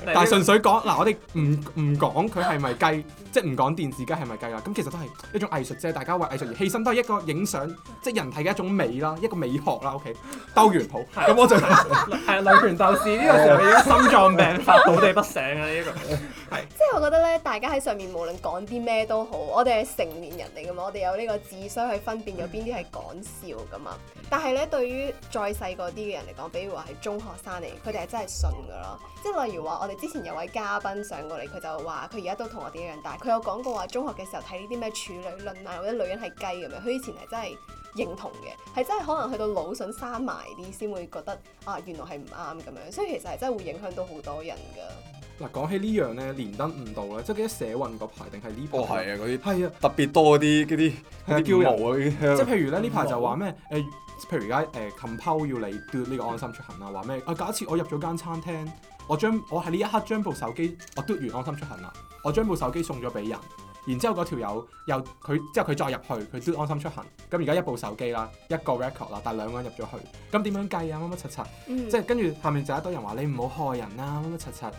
S2: 但
S3: 但係純粹講嗱，我哋唔唔講佢係咪雞，即係唔講電視雞係咪雞啦。咁其實都係一種藝術啫，大家為藝術而犧牲，都係一個影相，即係人體嘅一種美啦，一個美學啦。OK，兜完譜，咁我就
S2: 係女權鬥士呢個時候已經心臟病發，倒地不醒啊！呢一個
S1: 即係我覺得咧，大家喺上面無論講啲咩都好，我哋係成年人嚟噶嘛，我哋有呢個智商去分辨有邊啲係講笑噶嘛。但係咧，對於再細個啲嘅人嚟講，比如話係中學生嚟，佢哋係真係信噶咯。即係例如話，我哋之前有位嘉賓上過嚟，佢就話佢而家都同我哋一樣大，佢有講過話中學嘅時候睇呢啲咩處女論啊，或者女人係雞咁樣，佢以前係真係。認同嘅，係真係可能去到腦想閂埋啲先會覺得啊，原來係唔啱咁樣，所以其實係真係會影響到好多人㗎。
S3: 嗱講起呢樣咧，連登誤導咧，即係記得社運嗰排定係呢排？
S4: 哦，係啊，嗰啲
S3: 係啊，
S4: 特別多嗰啲嗰啲
S3: 係啊
S4: 嗰
S3: 叫
S4: 啲
S3: 人
S4: 毛啊嗰
S3: 即係
S4: 啲。
S3: 譬如咧呢排就話咩誒，譬如而家誒 compel 要你 do 呢個安心出行啦，話咩啊假設我入咗間餐廳，我將我喺呢一刻將部手機我 do 完安心出行啦，我將部手機送咗俾人，然之後嗰條友又佢之後佢再入去佢 do 安心出行，咁而家一部手機啦，一個 record 啦，但係兩個人入咗去，咁點樣計啊乜乜柒柒？
S1: 嗯
S3: 即係跟住下面就一堆人話你唔好害人啦、乜乜柒柒誒。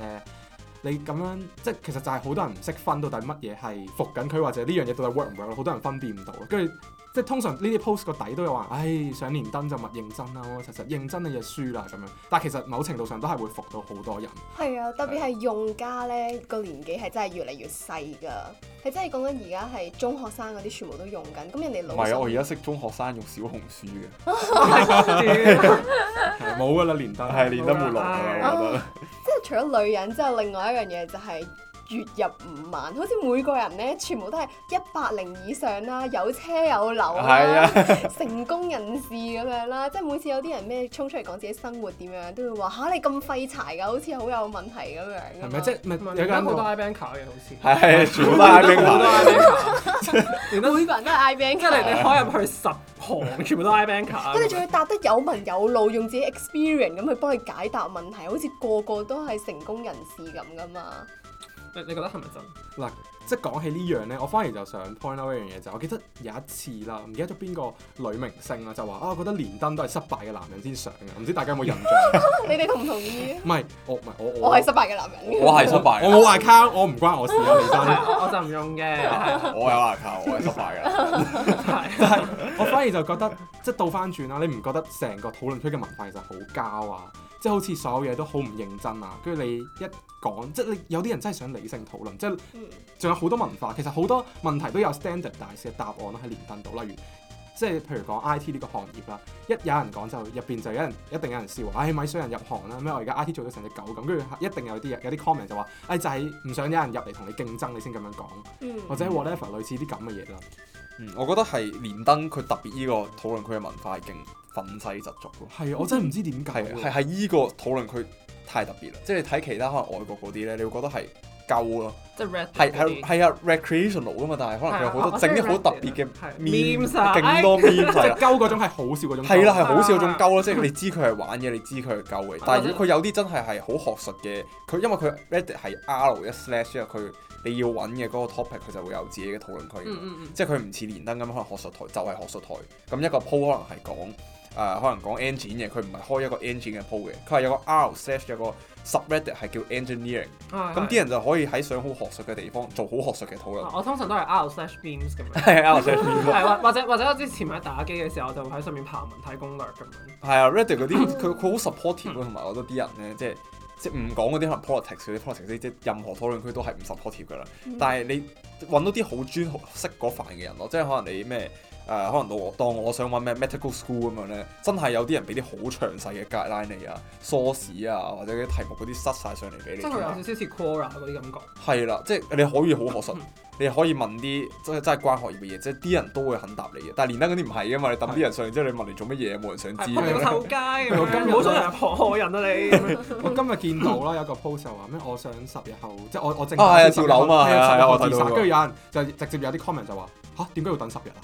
S3: 你咁樣即係其實就係好多人唔識分到底乜嘢係服緊佢，或者呢樣嘢到底 work 唔 work 咯好多人分辨唔到咯。跟住即係通常呢啲 post 個底都有話，唉上連登就勿認真啊啦，乜乜柒柒認真你就輸啦咁樣。但係其實某程度上都係會服到好多人。
S1: 係啊，特別係用家咧個年紀係真係越嚟越細㗎，係真係講緊而家係中學生嗰啲全部都用緊，咁人哋
S4: 唔
S1: 老
S4: 係啊！我而
S1: 實
S4: 家識中學生用小紅書嘅，
S3: 係冇㗎啦，連登
S4: 係連得沒落㗎
S3: 啊
S4: 啦，我覺得。
S1: 即係除咗女人之後，另外一樣嘢就係、月入唔萬，好似每個人咧，全部都係一百零以上啦，有車有樓
S4: 係
S1: 啦， <laughs> 成功人士咁樣啦，即係每次有啲人咩衝出嚟講自己生活點樣，都會話吓、你咁廢柴㗎，好似好有問題咁樣㗎嘛。
S3: 係咪即係咪
S2: 唔係
S3: 有
S2: 而
S3: 間
S2: 家好多 I bank 卡嘅好似。
S3: 啊
S4: 係全部都係冰
S2: 好多 I
S4: 牌。
S2: bank 卡，連登
S1: 每個人都係 I B N
S2: 即係你你開入去十行，全部都啊 I bank 卡。
S1: 佢哋仲要答得有文有路，用自己 experience 咁去幫你解答問題，好似個個都係成功人士咁噶嘛。 <laughs>
S2: 你你覺得係咪真？
S3: 即係講起呢樣咧，我反而就想 point out 一樣嘢就係，我記得有一次啦，唔記得咗邊個女明星啦，就話啊，我覺得連登都係失敗嘅男人先上嘅，唔知大家有冇印象？
S1: 你哋同唔同意啊？
S3: 唔係，我唔係我
S1: 我
S3: <laughs>
S1: 係失敗嘅男人。
S4: 我係失
S3: 我
S4: 敗嘅，
S3: 冇 account，我唔關我事啊，連登。
S2: 係我就唔用
S4: <laughs>
S2: 嘅。係啊
S4: 我有 account，我係失敗嘅。
S2: 係啊
S3: 我反而就覺得，即係倒翻轉啊啦，你唔覺得成個討論區嘅文化其實好膠啊？即係好似所有嘢都好唔認真啊！跟住你一講，即係你有啲人真係想理性討論，即係
S1: 嗯
S3: 仲有好多文化，其實好多問題都有 standardize 嘅答案啦，喺連登度，例如。即係譬如講 I T 呢個行業啦，一有人講就入邊就有人一定有人笑話，唉、咪想人入行啦，咩我而家 I T 做到成隻狗咁，跟住一定有啲人有啲 comment 就話，唉、就係、唔想有人入嚟同你競爭，你先咁樣講，
S1: 嗯
S3: 或者 whatever 類似啲咁嘅嘢啦。
S4: 嗯，我覺得係連登佢特別呢個討論區嘅文化係勁憤世嫉俗咯。
S3: 係啊，我真係唔知點解
S4: 係
S2: 啊
S3: 喎。
S4: 係啊係依個討論區太特別啦，即係你睇其他可能外國嗰啲咧，你會覺得係夠咯，
S2: 即係 red
S4: 係係係啊 recreational 噶嘛，但係可能佢有好
S2: 係啊
S4: 多整
S2: 我
S4: 啲好
S2: 知道
S4: 特別嘅
S2: 係
S4: memes，
S2: memes 啊 <laughs>
S4: 勁多 memes
S3: 即
S4: 係
S3: 係
S4: 啦
S3: 鳩嗰種係好笑嗰種鳩。啊
S4: 係啦，係好少種鳩咯，即係你知佢係玩嘢，你知佢係鳩嘅。但係如果佢有啲真係係好學術嘅，佢因為佢 Reddit 係 R 一 slash，因為佢你要揾嘅嗰個 topic，佢就會有自己嘅討論區㗎嘛。
S2: 嗯嗯嗯。
S4: 即係佢唔似連登咁，可能學術台就係學術台。咁一個 po 可能係講誒、呃可能講 engine 嘅，佢唔係開一個 engine 嘅 po 嘅，佢係有個 R slash 有個 subreddit 係叫 engineering。咁
S2: 咁
S4: 啲人就可以喺上好學術嘅地方做好學術嘅討論。
S2: 啊我通常都係 R slash memes 咁樣。
S4: <laughs> 係啊 R slash 邊個
S2: 係或或者或者我之前喺打機嘅時候，我就會喺上面爬文睇攻略咁樣。
S4: 係啊，Reddit 嗰啲佢佢好 supportive 啊咯，同埋我覺得啲人咧，即係即係唔講嗰啲可能 politics 嗰啲 politics 嗰啲即係任何討論區都係唔 supportive 噶啦。但係你揾到啲好專好識嗰範嘅人咯，即係可能你咩誒、可能我當我想揾咩 medical school 咁樣咧，真係有啲人俾啲好詳細嘅 guideline 你啊、source 啊，或者啲題目嗰啲塞晒上嚟俾你
S2: 即係佢有
S4: 聽
S2: 少
S4: 啊。
S2: 少似 Quora 嗰啲感覺。
S4: 係啦，即係你可以好學術
S2: 嗯，
S4: 你可以問啲真係真係關學業嘅嘢，即係啲人都會肯答你嘅。但係連登嗰啲唔係噶嘛，你抌啲人上嚟之後，你問嚟做乜嘢，冇人想知啊
S2: 係
S4: 㗎
S2: 朋友
S4: 啦。
S2: 臭街咁
S3: 我今
S2: 樣，
S3: 日
S2: 唔好想人旁害人
S4: <laughs>
S2: 啊你咁樣。
S3: 我今日見到啦，有個 post 就話咩？我想十日後，即係我我正
S4: 啊係啊
S3: 打算
S4: 跳樓
S3: 10日後
S4: 嘛係啊係啊
S3: 10日後
S4: 我睇到
S3: 自殺
S4: 嗰個
S3: 跟住有人就直接有啲 comment 就話吓點解要等十日啊？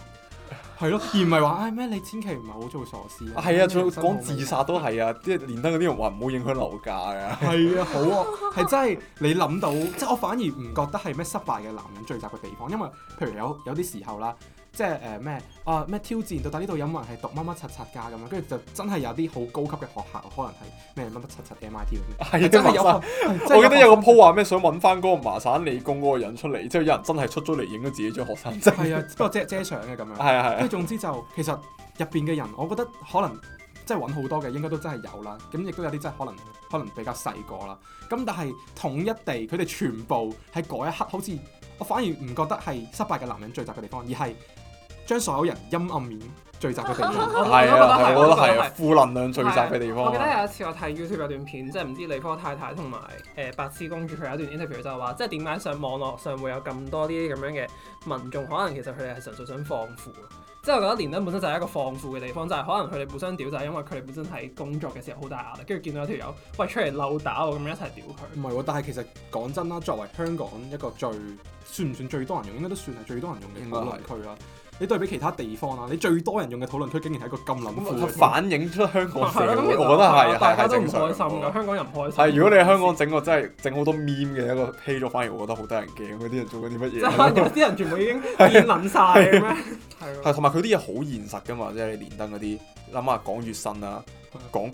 S3: 係咯，而唔係話唉咩你千祈唔係好做傻事啊。
S4: 係啊，仲有講自殺都係啊，即係連登嗰啲人話唔好影響樓價㗎。
S3: 係啊，好啊，係真係你諗到，即係我反而唔覺得係咩失敗嘅男人聚集嘅地方，因為譬如有有啲時候啦，即係誒咩啊咩挑戰，到底呢度有冇人係讀乜乜柒柒㗎咁樣，跟住就真係有啲好高級嘅學校，可能係咩乜乜柒柒 MIT 咁樣，
S4: 係啊，
S3: 真係
S4: 麻
S3: 有個，
S4: 省 <laughs>
S3: 係真係
S4: 我記得有個
S3: 學生
S4: 鋪話咩想揾翻嗰個麻省理工嗰個人出嚟，之後有人真係出咗嚟影咗自己張學生證。
S3: 係啊，不過遮遮相嘅咁樣。
S4: <laughs> 係啊係
S3: 跟
S4: 啊，
S3: 住總之就其實入邊嘅人，我覺得可能即係揾好多嘅，應該都真係有啦。咁亦都有啲真係可能可能比較細個啦。咁但係統一地，佢哋全部喺嗰一刻，好似我反而唔覺得係失敗嘅男人聚集嘅地方，而係將所有人陰暗面聚集嘅地
S2: <laughs>
S3: 方。
S2: 我
S4: 係啊係，我覺得係啊
S2: 係，
S4: 負能量聚集嘅地
S2: 我
S4: 方
S2: 記
S4: 啊。
S2: 得有一次我睇 YouTube 有段片，即係唔知理科太太同埋誒白痴公主佢有一段 interview 就係話，即係點解上網絡上會有咁多啲咁樣嘅民眾，可能其實佢哋係純粹想放負。即係我覺得連登本身就係一個放負嘅地方，就係、可能佢哋互相屌就係因為佢哋本身喺工作嘅時候好大壓力，跟住見到有條友喂出嚟漏打我咁樣一齊屌
S3: 唔
S2: 佢。
S3: 係喎，但係其實講真啦，作為香港一個最算唔算最多人用，應該都算係最多人用嘅討論區啦。你對比其他地方啦，你最多人用嘅討論區竟然係一個咁撚
S4: 咁啊
S3: 富
S4: 佢
S3: 嘅
S4: 反映出香港社
S2: 係咯，咁
S4: 會，
S2: 其實
S4: 我覺得係
S2: 大
S4: 係
S2: 家
S4: 係
S2: 都唔
S4: 正常
S2: 開心
S4: 㗎
S2: 㗎，。香港人唔開心。
S4: 係，如果你喺香港整個真係整好多 meme 嘅一個 page 咗，反而我覺得好得人驚。嗰啲人做緊啲乜
S2: 即
S4: 嘢
S2: 係
S4: <laughs>
S2: 可能有啲人全部已經變撚晒咁樣，係
S4: 係
S2: 咯。
S4: 同埋佢啲嘢好現實噶嘛，即係你連登嗰啲，諗下講月薪啦，講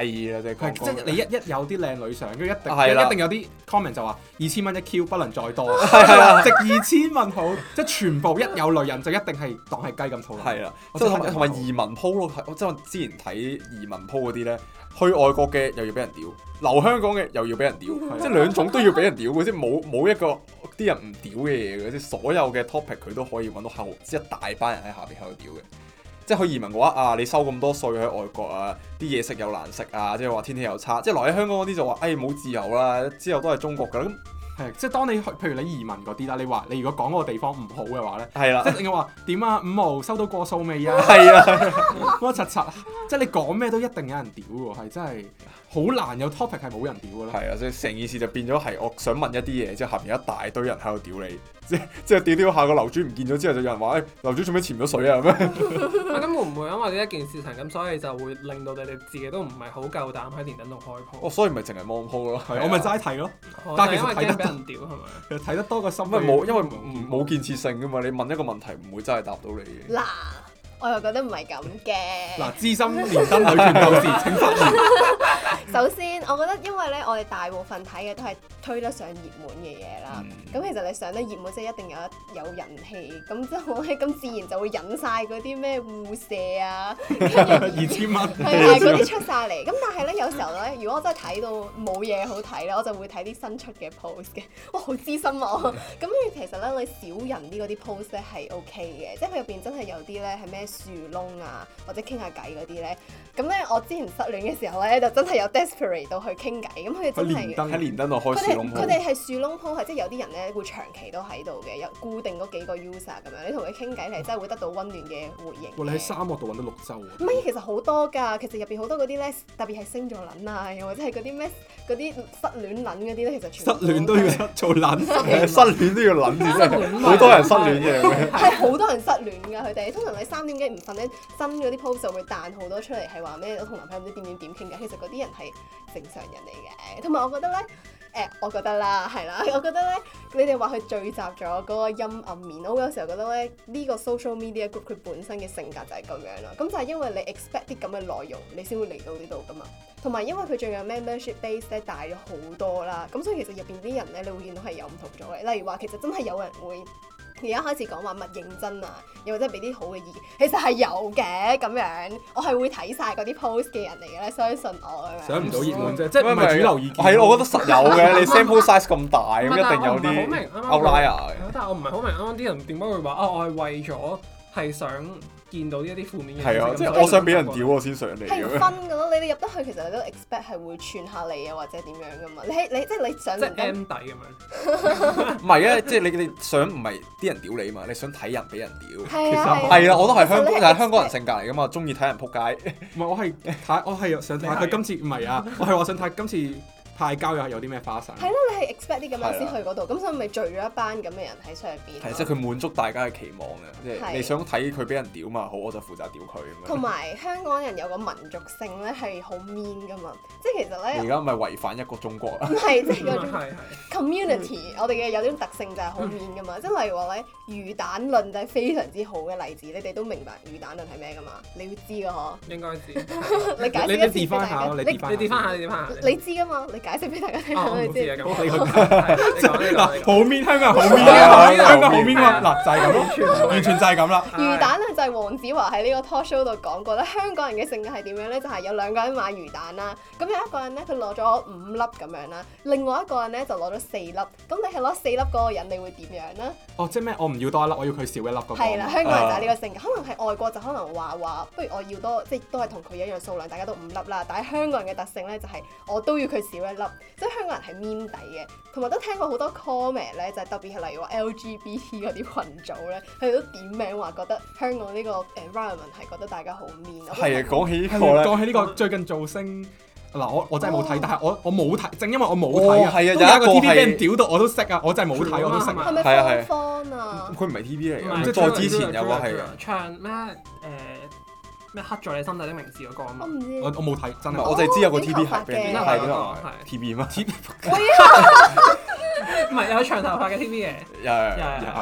S4: 雞啦，即
S3: 係
S4: 係講
S3: 即係你一一有啲靚女相，跟住一定
S4: 係啦
S3: 一定有啲 comment 就話二千蚊一 Q 不能再多，
S4: <laughs> 係啊啦
S3: 值二千蚊好，即係全部一有女人就一定係當係雞咁討論。
S4: 係啊啦，
S3: 我
S4: 即
S3: 真
S4: 係
S3: 係
S4: 同埋同埋移民鋪咯，係我即係我之前睇移民鋪嗰啲咧，去外國嘅又要俾人屌，留香港嘅又要俾人屌，
S3: 係啊
S4: 即係兩種都要俾人屌嘅，即係冇冇一個啲人唔屌嘅嘢嘅，即係所有嘅 topic 佢都可以揾到後，即係一大班人喺下邊喺度屌嘅。即係去移民嘅話啊，你收咁多稅喺外國啊，啲嘢食又難食啊，即係話天氣又差，即係留喺香港嗰啲就話，哎冇自由啦，之後都係中國㗎啦，
S3: 係啊即係當你去，譬如你移民嗰啲啦，你話你如果講嗰個地方唔好嘅話咧，
S4: 咁係
S3: <laughs>
S4: 啦
S3: 即，係你話點啊五毛收到過數未
S4: <laughs>
S3: 啊？
S4: 係啦，
S3: 乜柒柒，即係你講咩都一定有人屌喎，係真係好難有 topic 係冇人屌嘅啦。
S4: 係啊，所以成件事就變咗係我想問一啲嘢，之後下面一大堆人喺度屌你， <laughs> 即即係屌屌下個樓主唔見咗之後，就有人話，哎樓主做咩潛咗水啊咁 <laughs> 樣？
S2: 啊咁會唔會因為呢一件事情咁，所以就會令到你哋自己都唔係好夠膽喺連登度開
S4: 我
S2: 鋪？
S4: 所以咪淨係啊望鋪咯，
S3: 係我咪齋睇咯，但
S2: 但係
S3: 係其
S2: 因
S3: 實
S2: 為
S3: 睇得
S2: 驚俾人屌係咪？
S3: 睇得多個心
S4: 咁咪冇，因為
S3: 冇
S4: 冇建設性噶嘛，你問一個問題唔會真係答到你嘅。
S1: 嗱，我又覺得唔係咁嘅。
S3: 嗱，資深連登女權鬥士請發言。
S1: 首先，我覺得因為咧，我哋大部分睇嘅都係推得上熱門嘅嘢
S4: 嗯
S1: 啦。咁、其實你上得熱門，即係一定有一有人氣，咁之後咧，咁自然就會引晒嗰啲咩互射
S4: <laughs>
S1: 啊，跟住
S3: 二
S1: 係
S3: 千蚊。
S1: 啊嗰啲出晒嚟。咁但係咧，有時候咧，如果我真係睇到冇嘢好睇咧，我就會睇啲新出嘅 post 嘅。 <laughs> 哇，好資深啊！我咁跟住其實咧，你少人啲嗰啲 post 咧係 OK 嘅，即係佢入邊真係有啲咧係咩樹窿啊，或者傾下偈嗰啲咧。咁咧，我之前失戀嘅時候咧，就真係有 <laughs> desperate 到去傾偈，咁佢哋
S3: 佢
S1: 真
S3: 連
S1: 係。
S3: 登
S4: 喺連登度啊開
S1: 佢
S4: 樹窿
S1: 哋佢
S4: 鋪，
S1: 哋係樹窿鋪，係即係有啲人咧會長期都喺度嘅，有固定嗰幾個 user 咁樣，你同佢傾偈，你係真係會得到温暖嘅回應嘅。
S3: 哇！你喺沙漠度揾到綠洲啊
S1: 唔
S3: 喎，
S1: 係，其實好多㗎，其實入邊好多嗰啲咧，特別係星座撚啊，又或者係嗰啲咩嗰啲失戀撚嗰啲咧，其實全
S3: 失
S1: 部
S3: 戀都要 <laughs> 失做撚。
S4: 係 <laughs> 失戀都要諗住真係，
S2: 戀
S4: 好多人失戀嘅。
S1: 係好多人失戀㗎，佢哋通常你三點幾唔瞓咧，新嗰啲 post 就會彈好多出嚟，係話咩我同男朋友唔知點點點傾偈，其實嗰啲人係正常人嚟嘅，同埋我覺得咧。誒、我覺得啦，係啦， <laughs> 我覺得咧，你哋話佢聚集咗嗰個陰暗面，我有時候覺得咧，呢、個 social media group 佢本身嘅性格就係咁樣啦。咁就係因為你 expect 啲咁嘅內容，你先會嚟到呢度噶嘛。同埋因為佢最近 membership base 咧大咗好多啦，咁所以其實入邊啲人咧，你會見到係有唔同咗嘅。例如話，其實真係有人會。而家開始講話勿認真啊，又或者俾啲好嘅意見，其實係有嘅咁樣，我係會睇晒嗰啲 post 嘅人嚟嘅咧，相信我咁樣。
S3: 想唔到熱門啫，即係唔係主流意見。
S4: 係咯，我覺得實有嘅。你 sample size 咁大，咁一定有
S2: 唔係我唔係好明
S4: 啲
S2: 啱啱
S4: outlier 嘅
S2: 係。咯但係我唔係好明啱啱啲人點解會話啊，我係為咗係想見到呢一啲負面嘅嘢。
S4: 係啊，即
S2: 咁所
S4: 係
S2: 以
S4: 我想俾人屌我先上
S1: 係
S4: 嚟咁
S1: 唔
S4: 樣。
S1: 分噶咯，你哋入得去其實你都 expect 係會串下你啊，或者點樣噶嘛？你喺你即係你上
S2: 即係
S1: 連
S2: M
S1: 登，
S2: 底咁樣。
S4: 唔係啊，即係你你想唔係啲人屌你嘛，你想睇人俾人屌。
S1: 係啊
S3: 其實
S1: 係
S4: 係啊，我都係香
S1: 其實
S4: 港，
S1: 你
S4: 但係香港人性格嚟噶嘛，中意睇人撲街。
S3: 唔係我係睇，我係想睇佢今次唔係啊，我係話想睇今次。派交又係有啲咩花神？
S1: 係咯，你係 expect 啲咁樣先
S4: 係啊
S1: 去嗰度，咁所以咪聚咗一班咁嘅人喺上邊咯。
S4: 係即係佢滿足大家嘅期望嘅，即係
S1: 係
S4: 你想睇佢俾人屌嘛，好我就負責屌佢咁樣。
S1: 同埋香港人有個民族性咧係好 mean 噶嘛，即係其實
S4: 你而
S1: 咧
S4: 家咪違反一個中國啊！
S1: 唔係
S2: <laughs>
S1: 即係嗰種
S2: 係係
S1: community，我哋嘅有種特性就係好 mean 噶嘛，即係例如話咧魚蛋論就係非常之好嘅例子，你哋都明白魚蛋論係咩噶嘛，你要知噶
S2: 應該知。
S1: 嗬，你解
S3: 你
S1: 釋一次俾
S3: 你 define 下
S1: 大
S3: 咯，
S1: 家，
S3: 你
S1: 你
S3: define
S2: 你跌翻下，你跌翻下。
S1: 你知噶嘛，你解釋俾大家聽
S2: 哦，我
S1: 下
S2: 唔
S1: 你
S2: 知
S1: 知
S2: 啊，。咁。
S3: 你
S2: 係你講你講你 <laughs>
S3: 好
S2: 講
S3: mean 香港人好 mean
S4: 啊
S3: 啊，香港好 mean
S2: 係啊
S3: 啊，嗱就係咁咯，完全就係咁啦。
S1: 魚蛋咧就係黃子華喺呢個 talk show 度講過咧，香港人嘅性格係點樣咧？就係、有兩個人買魚蛋啦，咁有一個人咧佢攞咗五粒咁樣啦，另外一個人咧就攞咗四粒，咁你係攞四粒嗰個人，你會點樣呢？
S3: 哦，即係咩？我唔要多一粒，我要佢少一粒嗰個。
S1: 係啦，香港人就係呢個
S4: 啊
S1: 性格，可能係外國就可能話話，不如我要多，即係都係同佢一樣數量，大家都五粒啦。但係香港人嘅特性咧就係、我都要佢少一粒，即係香港人係面底嘅，同埋都聽過好多 comment 咧，就係、特別係例
S4: <laughs>
S1: 如話 LGBT 嗰啲群組咧，佢哋都點名話覺得香港呢個 environment 係覺得大家好 mean 我覺
S4: 係
S1: 得
S4: 啊，講起呢
S3: 係
S4: 個
S3: 啊
S4: 咧，
S3: 講起呢個最近造星。嗱，我我真係冇睇
S1: 哦，
S3: 但係我我冇睇，正因為我冇
S4: 哦
S3: 睇啊，
S4: 係啊有一
S3: 都有一個
S4: 個
S3: TV 俾人
S4: 係
S3: 屌到我都識啊，我真係冇睇我都識
S2: 係
S3: 啊。
S1: 係咪
S4: 係啊係啊
S1: 方方啊？
S4: 佢唔係 TV
S2: 唔
S4: 嚟
S2: 係
S4: 嘅，再之前有個係
S2: 唱咩誒咩黑在你心底的名字嗰個啊嘛
S4: 哦
S1: 我。唔知
S3: 我我冇睇，真
S4: 唔
S3: 係
S4: 係
S3: 我
S4: 我就係知有個
S1: 哦短
S4: TV 係俾人
S1: 頭
S4: 屌
S2: 髮嘅
S4: 係點啊
S2: 係
S4: ？TV 嘛，
S2: 唔係有長頭髮嘅 TV 嘅。
S4: 有有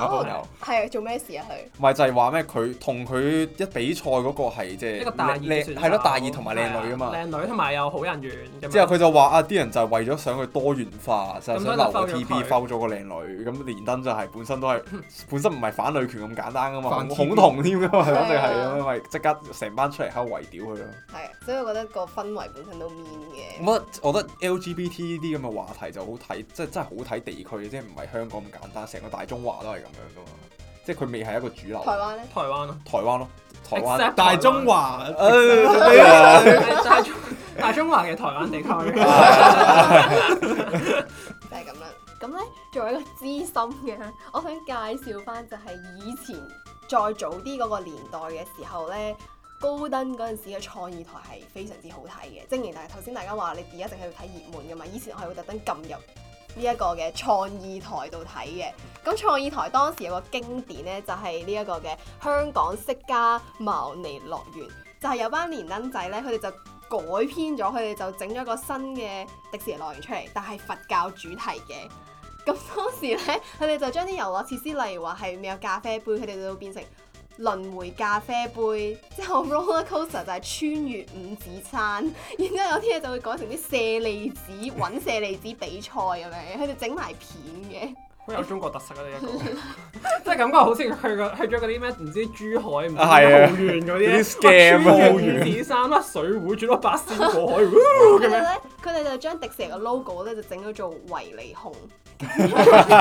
S1: 哦
S4: 有有。
S1: 係啊做咩事啊佢？
S4: 咪就係話咩？佢同佢一比賽嗰個係即係
S2: 一個大二嘅
S4: 靚
S2: 選手
S4: 係咯，大二同埋靚女啊嘛。
S2: 靚女同埋有好人緣咁樣。
S4: 之後佢就話啊，啲人就係為咗想佢多元化，就係
S2: 咁
S4: 想
S2: 所以
S4: 留個
S2: 就
S4: TB
S2: 摟
S4: 摟 <laughs> 咗個靚女。咁連登就係本身都係本身唔係反女權咁簡單噶嘛，
S3: 反
S4: 恐
S3: TB
S4: 同添噶嘛，
S1: 係啊
S4: 肯定係咁，因為即刻成班出嚟喺度圍屌佢咯。
S1: 係啊，所以我覺得個氛圍本身都 mean 嘅。
S4: 我覺得啊我覺得 LGBT 呢啲咁嘅話題就好睇，即係真係好睇地區，即係唔係香港咁簡單，成個大中華都係咁樣噶嘛。即係佢未係一個主流。
S1: 台灣咧，
S2: 台灣咯。啊
S4: 台灣咯，哎台灣。 <laughs>
S2: Except
S3: 大中華
S4: 誒做咩啊
S2: 大中大中華嘅台灣地
S4: <laughs>
S2: 區。
S4: 啊
S1: 就係咁啦。咁咧，作為一個資深嘅咧，我想介紹翻就係以前再早啲嗰個年代嘅時候咧，高登嗰陣時嘅創意台係非常之好睇嘅。正如但係頭先大家話，你而家淨係睇熱門噶嘛，以前我係會特登撳入呢一個嘅創意台度睇嘅。咁創意台當時有個經典咧，就係呢一個嘅香港釋迦牟尼樂園，就係、有班連登仔咧，佢哋就改編咗，佢哋就整咗個新嘅迪士尼樂園出嚟，但係佛教主題嘅。咁當時咧，佢哋就將啲遊樂設施，例如話係未有咖啡杯，佢哋就會變成輪迴咖啡杯，之後 <laughs> roller coaster 就係穿越五指山，然之後有啲嘢就會改成啲射利子揾射利子比賽咁樣，佢哋整埋片
S2: 好有中國特色啊！呢一個， <laughs> 即係感覺好似去過去咗嗰啲咩唔知珠海唔知
S4: 啊係啊
S2: 好遠嗰
S4: 啲
S2: 啲
S4: scam
S2: 哇
S4: 啊
S2: 穿越五指山啦、水壺轉到八仙過
S4: <laughs>
S2: 海，
S1: 嘅。
S2: 咁
S1: 佢哋
S2: 樣
S1: 咧，佢哋就將迪士尼嘅 logo 咧就整咗做維尼熊，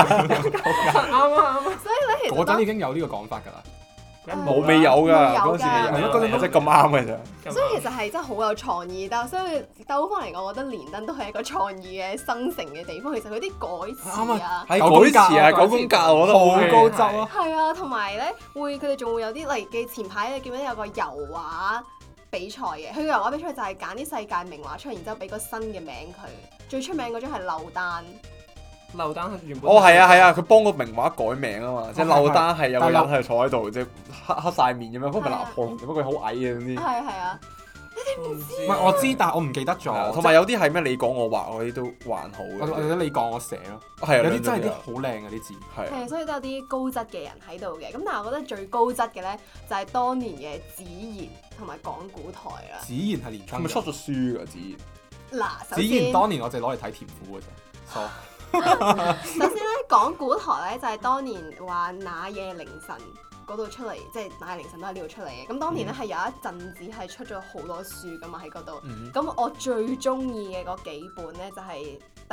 S2: 啱啊啱啊！
S1: 所以咧其實
S3: 嗰
S1: 當
S3: 陣已經有呢個講法㗎啦。
S4: 冇未有
S1: 冇
S4: 㗎，
S1: 有㗎
S4: 嗰陣時未有
S2: 係
S4: 㗎，
S2: 咯
S4: 真係咁啱嘅咋。
S2: 啊咁
S1: 所以
S2: 啊
S1: 其實係真係好有創意，但係所以兜翻嚟講，我覺得連登都係一個創意嘅生成嘅地方。其實佢啲改詞啊，
S4: 係
S3: 九宮格啊
S4: 嗰
S3: 嗯
S4: 時啊，
S2: 嗰
S4: 九
S2: 時
S4: 宮格我覺得
S2: 好高
S4: 好高
S2: 質
S4: 質
S2: 咯
S4: 咯。
S1: 係啊，同埋咧會佢哋仲會有啲例記前排你記唔記得有個油畫比賽嘅？佢個油畫比賽就係揀啲世界名畫出嚟，然之後俾個新嘅名佢。最出名嗰張係漏丹，
S2: 劉丹原本
S4: 哦，係啊，係啊，佢幫個名畫改名啊嘛，即係
S3: 哦係
S4: 漏單係有個
S3: 但
S4: 人
S3: 係
S4: 喺度坐喺度，即係黑黑曬面咁樣，嗰個唔係
S1: 係啊
S4: 拿破崙，只不過佢好矮嘅總之。
S1: 係啊係啊，
S2: 唔知
S3: 唔係我知，但係我唔記得
S4: 係啊
S3: 咗。
S4: 同埋有啲係咩你講我畫嗰啲都還好
S3: 或
S4: 嘅，
S3: 或者你講我寫咯，
S4: 係啊，
S3: 有啲真係
S4: 係
S3: 啲好靚嘅啲字。
S4: 係啊
S1: 係啊，所以都有啲高質嘅人喺度嘅。咁但係我覺得最高質嘅咧就係當年嘅子賢同埋港股台啦。
S3: 子然係連
S4: 佢
S3: 春
S4: 咪出
S3: 嘅。
S4: 咗書啊㗎？子怡
S1: 嗱，首
S3: 子然
S1: 先。
S3: 當年我就攞嚟睇甜苦嘅啫。傻
S1: 首先咧，講古台咧就係、當年話那夜凌晨嗰度出嚟，即係那夜凌晨都喺呢度出嚟嘅。咁當年
S3: 嗯
S1: 咧係有一陣子係出咗好多書噶嘛喺嗰度。
S3: 嗯
S1: 咁我最中意嘅嗰幾本咧就係、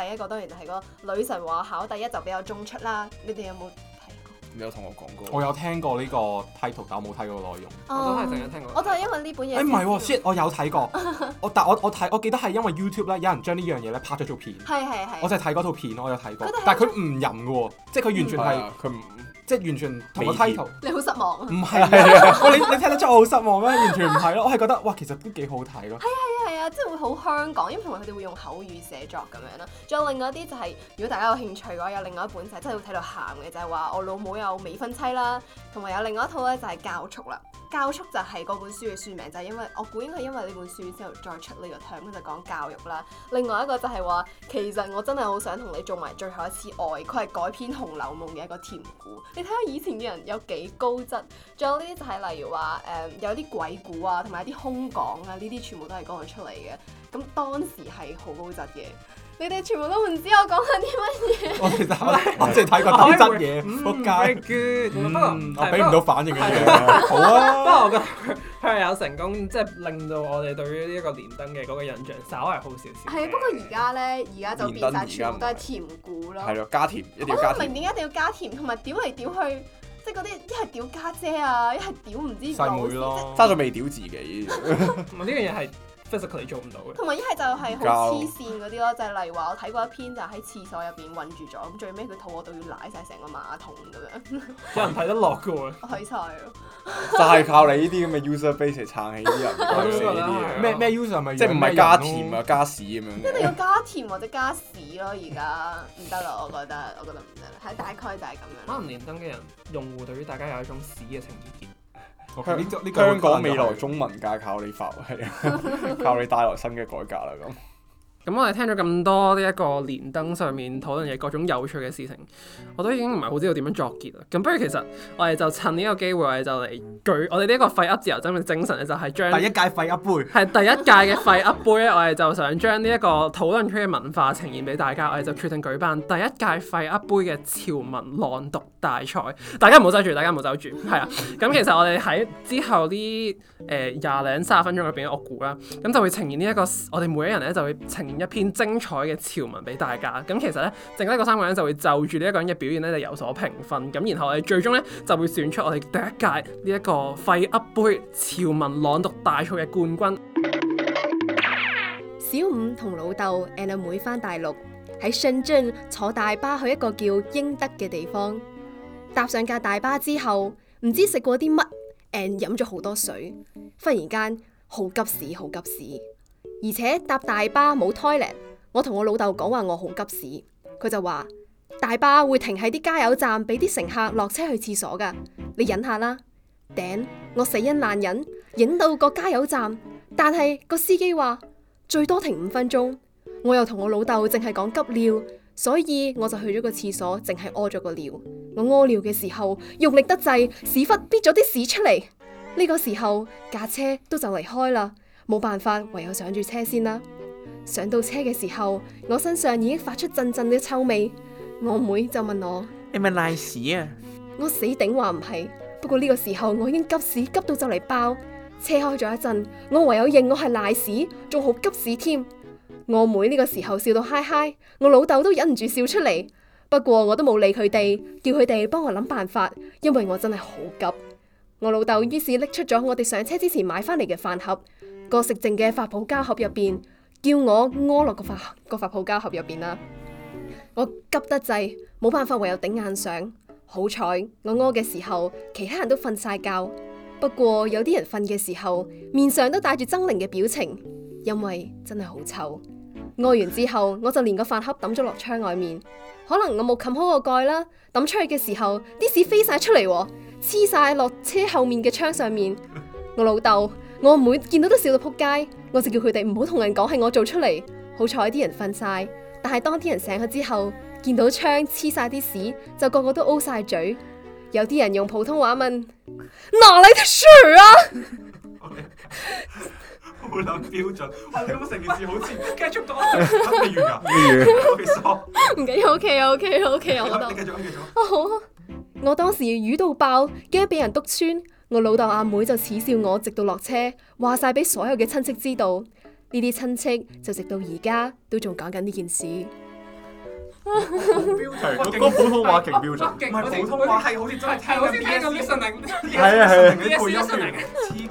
S1: 第一個當然就係嗰個《女神話考》第一就比較中出啦。你哋有冇睇過？
S4: 你有同我講過
S3: 我。有聽過呢個 title，但我冇睇過內容。
S2: 我都係成日聽
S1: 啊我
S2: 過。
S1: 就係因為呢本嘢
S3: 誒
S1: 先
S3: 唔
S1: 知道。
S3: 係喎，shit！我有睇過，
S1: <laughs>
S3: 我但我我睇我記得係因為 YouTube 咧，有人將呢樣嘢咧拍咗做片，
S1: 係係係。
S3: 我就係睇嗰套片，我有睇過
S1: 佢哋係，
S3: 但係佢唔淫嘅喎，即係佢完全
S4: 係
S3: 係
S4: 啊，佢唔
S3: 即係完全同個
S4: 未見
S3: title
S1: 你好失望啊！
S3: 唔係啊！喂，你你睇得出我好失望咩？完全唔係咯，我係覺得哇，其實都幾好睇咯。
S1: 係啊，即係會好香港，因為同埋佢哋會用口語寫作咁樣啦。仲有另外一啲就係、如果大家有興趣嘅話，有另外一本就係真係會睇到喊嘅，就係、話我老母有未婚妻啦，同埋有另外一套咧就係教速啦。教速就係嗰本書嘅書名，就係、因為我估應該係因為呢本書之後再出呢個 term，佢就講教育啦。另外一個就係話，其實我真係好想同你做埋最後一次愛，佢係改編《紅樓夢》嘅一個甜故。你睇下以前嘅人有幾高質，仲有呢啲就係例如話誒、有啲鬼故啊，同埋啲空港啊，呢啲全部都係嗰度出嚟嘅。咁當時係好高質嘅，你哋全部都唔知我講緊啲乜。
S3: 我其實我我淨係睇過啲質嘢，
S2: 嗯
S3: 仆街。
S2: ，very good。不過
S3: 嗯我
S2: 哎係
S3: 俾
S2: 不
S3: 唔
S2: 過
S3: 到反應嘅
S2: 係
S3: 嘢，好
S2: 不
S3: 啊。
S2: 過我覺得 <laughs> 佢係有成功，即係令到我哋對於呢一個連登嘅嗰個印象稍為好少少。
S1: 係啊，不過而家咧，而家就變晒全部都係甜故咯。
S4: 係咯，加甜一
S1: 我
S4: 定要
S1: 都
S4: 加
S1: 唔
S4: 甜
S1: 明。點解一定要加甜，同埋屌嚟屌去，即係嗰啲一係屌家姐啊，一係屌唔知老
S3: 細妹
S1: 師，
S3: 咯，
S4: 揸咗未屌自己， <laughs>
S2: 唔係呢樣嘢係 physically 做唔到嘅。
S1: 同埋一係就係好黐線嗰啲咯，就係例如話我睇過一篇就係喺廁所入邊困住咗，咁最尾佢肚餓到要舐晒成個馬桶咁樣， <laughs>
S2: 有人睇得落嘅喎。
S1: 我去晒咯。
S4: 就係靠你呢啲咁嘅 user base 嚟撐起啲人，
S2: 我都覺
S4: 寫
S2: 得
S4: 呢啲
S2: 係
S4: 嘢。
S3: 咩咩 user 咪
S4: 即係唔係加甜啊，加屎咁樣
S1: 一定要
S4: 嘅。
S1: 加甜或者加屎咯，而家唔得啦，我覺得，我覺得唔得啦，係大概就係咁樣
S2: 可
S1: 啦。
S2: 能連登嘅人用戶對於大家有一種屎嘅情意
S3: ？OK，呢個呢個
S4: 香港未來中文界靠你發威， <laughs> 靠你帶來新嘅改革啦咁。
S2: 咁我哋聽咗咁多呢一個連登上面討論嘅各種有趣嘅事情，我都已經唔係好知道點樣作結啦。咁不如其實我哋就趁呢個機會，我哋就嚟舉我哋呢一個廢噏自由爭嘅精神咧，就係將
S3: 第一屆廢一杯。
S2: 係第一屆嘅廢噏杯咧，我哋就想將呢一個討論區嘅文化呈現俾大家，我哋就決定舉辦第一屆廢噏杯嘅潮文朗讀大賽。大家唔好走住，大家唔好走住，係啊。咁其實我哋喺之後呢誒廿零三十分鐘入邊，我估啦，咁就會呈現呢、一個我哋每一人咧就會呈現一篇精彩嘅潮文俾大家。咁其實咧，剩低嗰三個人就會就住呢一個人嘅表現咧就有所評分。咁然後我哋最終咧就會選出我哋第一屆呢一個廢噏杯潮文朗讀大賽嘅冠軍。
S5: 小五同老豆 and 阿妹返大陸，喺深圳坐大巴去一個叫英德嘅地方。搭上架大巴之後，唔知食過啲乜，and 飲咗好多水，忽然間好急屎，好急屎。而且搭大巴冇 toilet，我同我老豆講話我好急屎，佢就話大巴會停喺啲加油站俾啲乘客落車去廁所㗎，你忍下啦。頂，我死忍爛忍，忍到個加油站，但係個司機話。最多停五分鐘。我又同我老豆淨係講急尿，所以我就去咗個廁所，淨係屙咗個尿。我屙尿嘅時候用力得滯，屎忽逼咗啲屎出嚟。呢個時候架車都就嚟開啦，冇辦法，唯有上住車先啦。上到車嘅時候，我身上已經發出陣陣嘅臭味。我妹就問我：
S6: 你咪賴屎啊！
S5: 我死頂話唔係，不過呢個時候我已經急屎急到就嚟爆，車開咗一陣，我唯有認我係賴屎，仲好急屎添。我妹呢個時候笑到嗨嗨，我老豆都忍唔住笑出嚟。不過我都冇理佢哋，叫佢哋幫我諗辦法，因為我真係好急。我老豆於是拎出咗我哋上車之前買翻嚟嘅飯盒，個食剩嘅發泡膠盒入邊，叫我屙落個發個發泡膠盒入邊啦。我急得滯，冇辦法，唯有頂硬上。好彩我屙嘅時候，其他人都瞓晒覺。不過有啲人瞓嘅時候，面上都帶住猙獰嘅表情，因為真係好臭。屙完之後，我就連個飯盒抌咗落窗外面。可能我冇冚好個蓋啦，抌出去嘅時候，啲屎飛晒出嚟喎，黐晒落車後面嘅窗上面。我老豆、我阿妹見到都笑到撲街，我就叫佢哋唔好同人講係我做出嚟。好彩啲人瞓晒，但係當啲人醒咗之後，見到窗黐晒啲屎，就個個都 O 晒嘴。有啲人用普通話問：哪嚟的屎啊？
S7: 好撚標準，哇！你咁成件事好似
S2: 繼續講，
S7: 得未
S3: <laughs>
S7: 完啊？我其實我
S5: 唔緊要，OK 啊，OK 啊，OK 啊，我覺得
S7: 你。繼續，你繼續。
S5: 啊好啊！ <laughs> 我當時瘀到爆，驚俾人督穿，我老豆阿妹就恥笑我，直到落車，話晒俾所有嘅親戚知道。呢啲親戚就直到而家都仲講緊呢件事。
S7: 標準，
S3: 嗰個普通話勁標準。
S7: 唔係普通話，係好似真係聽
S2: 係好似
S7: 緊
S2: 聽緊
S7: BS
S2: listening，
S3: 係啊係啊。
S7: 你配音員，黐筋，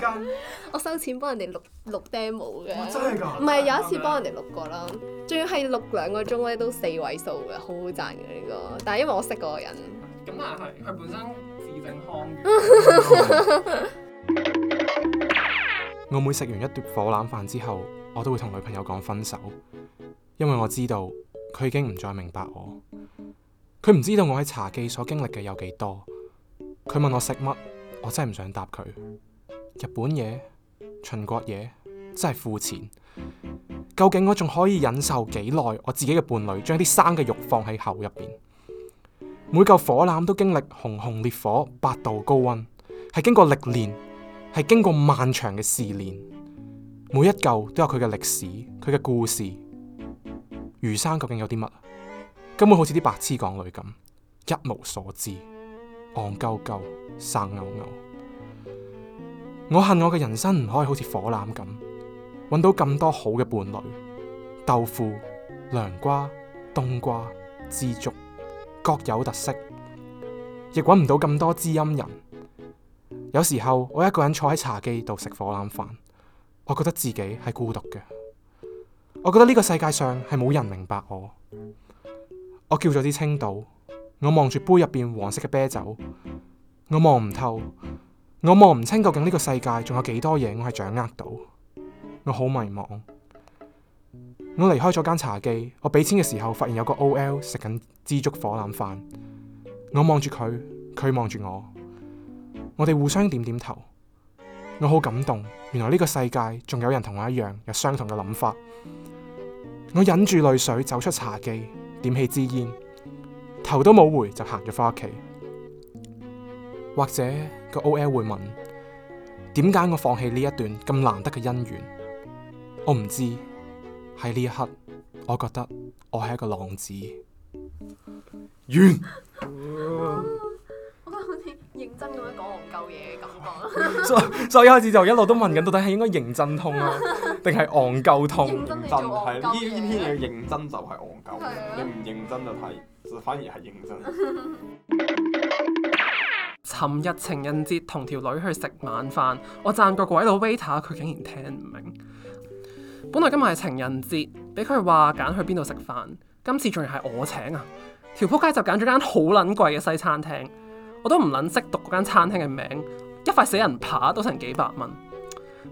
S5: 我收錢幫人哋錄錄 demo
S7: 哇！
S5: 嘅，
S7: 真係
S3: 啊
S7: 㗎
S5: 唔。係有一次幫人哋錄過啦，仲要係錄兩個鐘咧都四位數嘅，好好賺嘅呢個。但係因為我識嗰個人，
S2: 咁但係佢本身字正腔圓。
S3: <laughs> 我每食完一碟火腩飯之後，我都會同女朋友講分手，因為我知道佢已經唔再明白我。佢唔知道我喺茶記所經歷嘅有幾多。佢問我食乜，我真係唔想答佢。日本嘢、秦國嘢，真係膚淺。究竟我仲可以忍受幾耐？我自己嘅伴侶將啲生嘅肉放喺口入邊，每嚿火腩都經歷熊熊烈火、八度高溫，係經過歷練。係經過漫長嘅試煉，每一嚿都有佢嘅歷史，佢嘅故事。魚生究竟有啲乜？啊根本好似啲白痴港女咁，一無所知，戇鳩鳩，生牛牛。我恨我嘅人生唔可以好似火腩咁，揾到咁多好嘅伴侶，豆腐、涼瓜、冬瓜、枝竹，各有特色，亦揾唔到咁多知音人。有時候我一個人坐喺茶記度食火腩飯，我覺得自己係孤獨嘅。我覺得呢個世界上係冇人明白我。我叫咗支青島，我望住杯入邊黃色嘅啤酒，我望唔透，我望唔清究竟呢個世界仲有幾多嘢我係掌握到。我好迷茫。我離開咗間茶記，我俾錢嘅時候發現有個 OL 食緊枝竹火腩飯，我望住佢，佢望住我。我哋互相點點頭，我好感動。原來呢個世界仲有人同我一樣有相同嘅諗法。我忍住淚水走出茶記，點起支煙，頭都冇回就行咗返屋企。或者個 OL 會問：點解我放棄呢一段咁難得嘅姻緣？我唔知。喺呢一刻，我覺得我係一個浪子。完。
S1: 我覺得好似認真咁樣講戇鳩嘢嘅感覺啦。
S3: 所以 <laughs> 所以一開始就一路都問緊，到底係應該認真痛啊，定係戇鳩痛？
S1: 認真地
S4: 真
S1: 做戇
S4: 係呢
S1: 鳩
S4: 呢篇嘢
S1: 嘢。
S4: 認真就係戇鳩
S1: 係啊，
S4: 你唔認真就睇，就反而係認真。
S2: 尋日情人節同條女去食晚飯，我讚個鬼佬 waiter，佢竟然聽唔明。本來今日係情人節，俾佢話揀去邊度食飯，今次仲要係我請啊！條撲街就揀咗間好撚貴嘅西餐廳，我都唔撚識讀嗰間餐廳嘅名，一塊死人扒都成幾百蚊。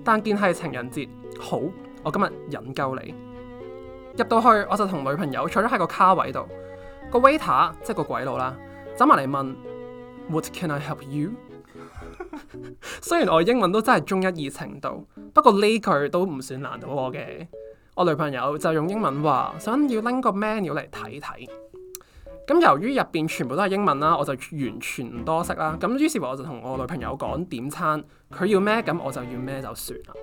S2: 但見係情人節，好，我今日引鳩你。入到去我就同女朋友坐咗喺個卡位度，個 waiter 即係個鬼佬啦，走埋嚟問。What can I help you？雖然我英文都真係中一二程度，不過呢句都唔算難到我嘅。我女朋友就用英文話想要拎個 menu 嚟睇睇。咁由於入邊全部都係英文啦，我就完全唔多識啦。咁於是乎我就同我女朋友講點餐，佢要咩咁我就要咩就算啦。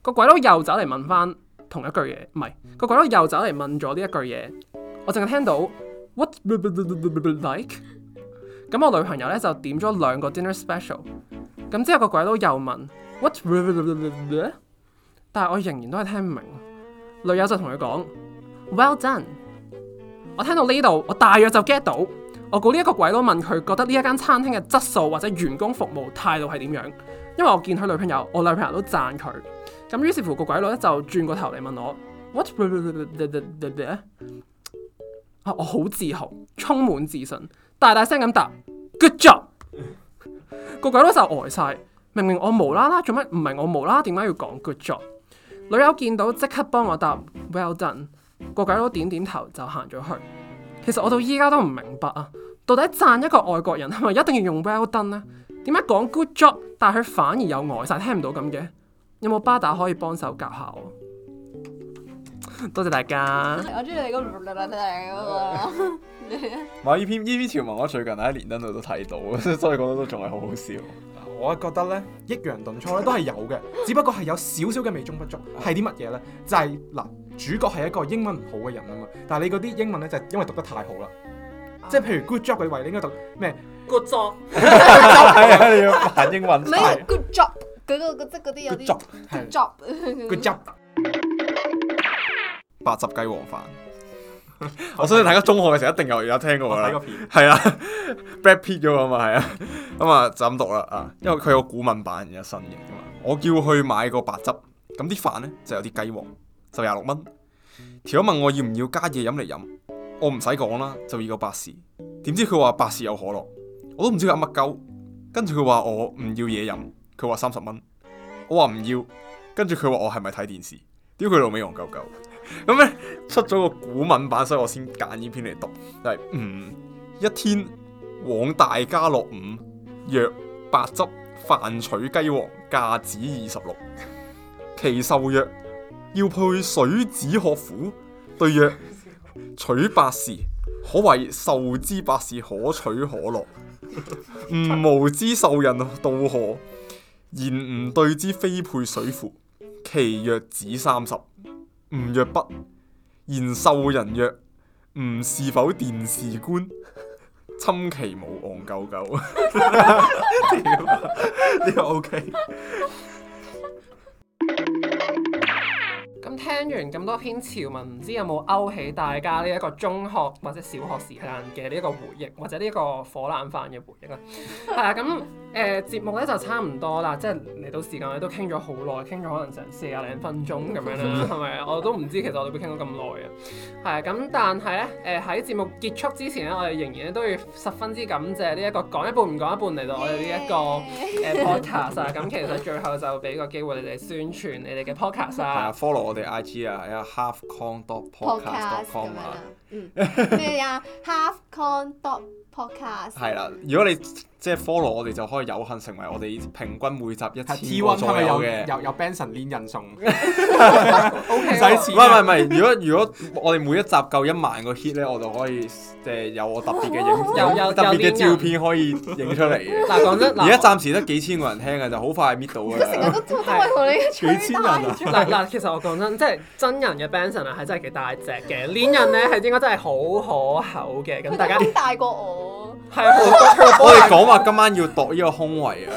S2: 個鬼佬又走嚟問翻同一句嘢，唔係個鬼佬又走嚟問咗呢一句嘢，我淨係聽到 what <laughs> like。咁我女朋友咧就點咗兩個 dinner special，咁之後個鬼佬又問 what，但係我仍然都係聽唔明。女友就同佢講 well done。我聽到呢度，我大約就 get 到。我估呢一個鬼佬問佢覺得呢一間餐廳嘅質素或者員工服務態度係點樣，因為我見佢女朋友，我女朋友都讚佢。咁於是乎個鬼佬咧就轉個頭嚟問我 what，啊我好自豪，充滿自信。大大聲咁答，good job。個鬼佬就呆晒，明明我無啦啦做乜？唔係我無啦啦，點解要講 good job？女友見到即刻幫我答 well done。個鬼佬點點頭就行咗去。其實我到依家都唔明白啊，到底讚一個外國人係咪一定要用 well done 呢？點解講 good job，但係佢反而又呆晒，聽唔到咁嘅？有冇巴打可以幫手教下我？多謝大家。
S1: 我中意你嗰個嗰個。
S4: 唔係呢篇呢篇條文，我最近喺連登度都睇到， <laughs> 所以覺得都仲係好好笑。
S3: 我覺得呢，抑揚頓挫咧都係有嘅，只不過係有少少嘅美中不足。係啲乜嘢呢？就係、嗱，主角係一個英文唔好嘅人啊嘛，但係你嗰啲英文呢，就係因為讀得太好啦，即係譬如 good job 嘅位，你應該讀咩？
S2: Good job。
S4: <laughs> 係啊，你要扮英文
S1: 唔係 good job，佢嗰個即係嗰啲有啲
S3: good job 係
S1: <laughs> job。
S3: good job。
S4: 白汁雞皇飯。我相信大家中學嘅時候一定有有聽過
S3: 我
S4: 㗎啦
S3: 睇個。片，
S4: 係啊，Brad Pitt 嗰個嘛，係啊，咁啊就咁讀啦啊，因為佢有古文版而家新嘅嘛。我叫佢買個白汁，咁啲飯呢就有啲雞黃，就廿六蚊。條友問我要唔要加嘢飲嚟飲，我唔使講啦，就要個百事。點知佢話百事有可樂，我都唔知佢噏乜鳩。跟住佢話我唔要嘢飲，佢話三十蚊，我話唔要，跟住佢話我係咪睇電視？屌佢老味戇鳩鳩。咁咧出咗個古文版，所以我先揀呢篇嚟讀，就係、嗯一天往大家樂五，約白汁飯取雞皇，價子二十六。其受曰：要配水子學府。對曰：取百事，可謂受之百事，可取可樂。吾無知受人道何？言吾對之非配水乎？其曰子三十。吾曰不。言受人曰：吾是否電視官？侵其無戇鳩鳩。
S3: 呢個 OK。
S2: 咁聽完咁多篇潮文，唔知有冇勾起大家呢一個中學或者小學時間嘅呢一個回憶，或者呢一個火腩飯嘅回憶咧？係啊，咁誒、呃、節目咧就差唔多啦，即係嚟到時間我哋都傾咗好耐，傾咗可能成四廿零分鐘咁樣啦，係咪？啊我都唔知其實我哋會傾咗咁耐啊。係啊，咁但係咧誒喺節目結束之前咧，我哋仍然都要十分之感謝呢、一個講一半唔講一半嚟到我哋呢一個。誒 podcast 啊，咁其實最後就俾個機會你哋宣傳你哋嘅 podcast
S4: <laughs> 係啊
S2: 啊， <laughs>
S4: ，follow 我哋 IG 啊，係啊 halfcon dot
S1: podcast
S4: podcast
S1: 咁
S4: dot com
S1: 樣
S4: 啊
S1: 啦。，嗯，咩啊？halfcon dot podcast
S4: 係啦，如果你即係 follow 我哋，就可以有幸成為我哋平均每集
S3: 係
S4: 一
S3: T
S4: 千個
S3: One 係
S4: 左
S3: 咪
S4: 右
S3: 有
S4: 嘅。
S3: 有有 Benson 鏈人送？唔
S2: 唔
S3: 使錢
S4: 唔係
S3: 啊。
S4: 唔係，如果如果我哋每一集夠一萬個 hit 咧，我就可以誒有我特別嘅影，
S2: <laughs> 有有
S4: 特別
S2: 有
S4: 嘅
S2: 啲人
S4: 照片可以影出嚟
S2: <laughs>
S4: 嘅。
S2: 嗱講真，嗱
S4: 而家暫時得幾千個人聽嘅，就好快搣到㗎
S5: 成日
S4: 啦。
S5: 都都都係同你吹
S3: 幾千人
S5: 大
S3: 啊
S5: 咗
S2: 嗱嗱，其實我講真，即係真人嘅 Benson 啊，係真係幾大隻嘅，鏈人咧係應該真係好可口嘅，咁
S1: 佢
S2: 大
S3: <laughs>
S2: 家
S1: 哋都大過我，
S2: 係啊好多
S4: 我哋講話今晚要度呢個胸圍啊！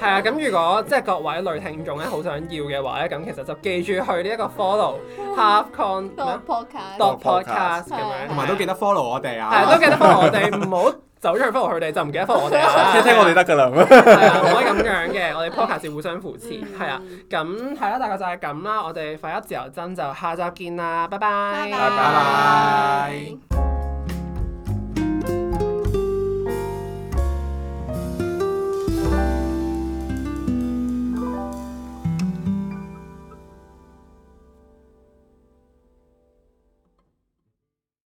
S2: 係啊，咁如果即係各位女聽眾咧好想要嘅話咧，咁其實就記住去呢一個 follow halfcon
S1: dot podcast
S2: dot podcast 啊咁樣，
S3: 同埋都記得 follow 我哋
S2: 係
S3: 啊！
S2: 都記得 follow 我哋，唔好走咗去 follow 佢哋，就唔記得 follow 我哋
S3: <laughs>
S2: 啦。
S4: 聽聽我哋得㗎啦。
S2: <laughs> 係啊，唔可以咁樣嘅，我哋 podcast 要互相扶持，係啊，咁係啦，大概就係咁啦，我哋快一自由真就下集見啦，拜拜，
S1: 拜
S3: 拜
S1: 拜。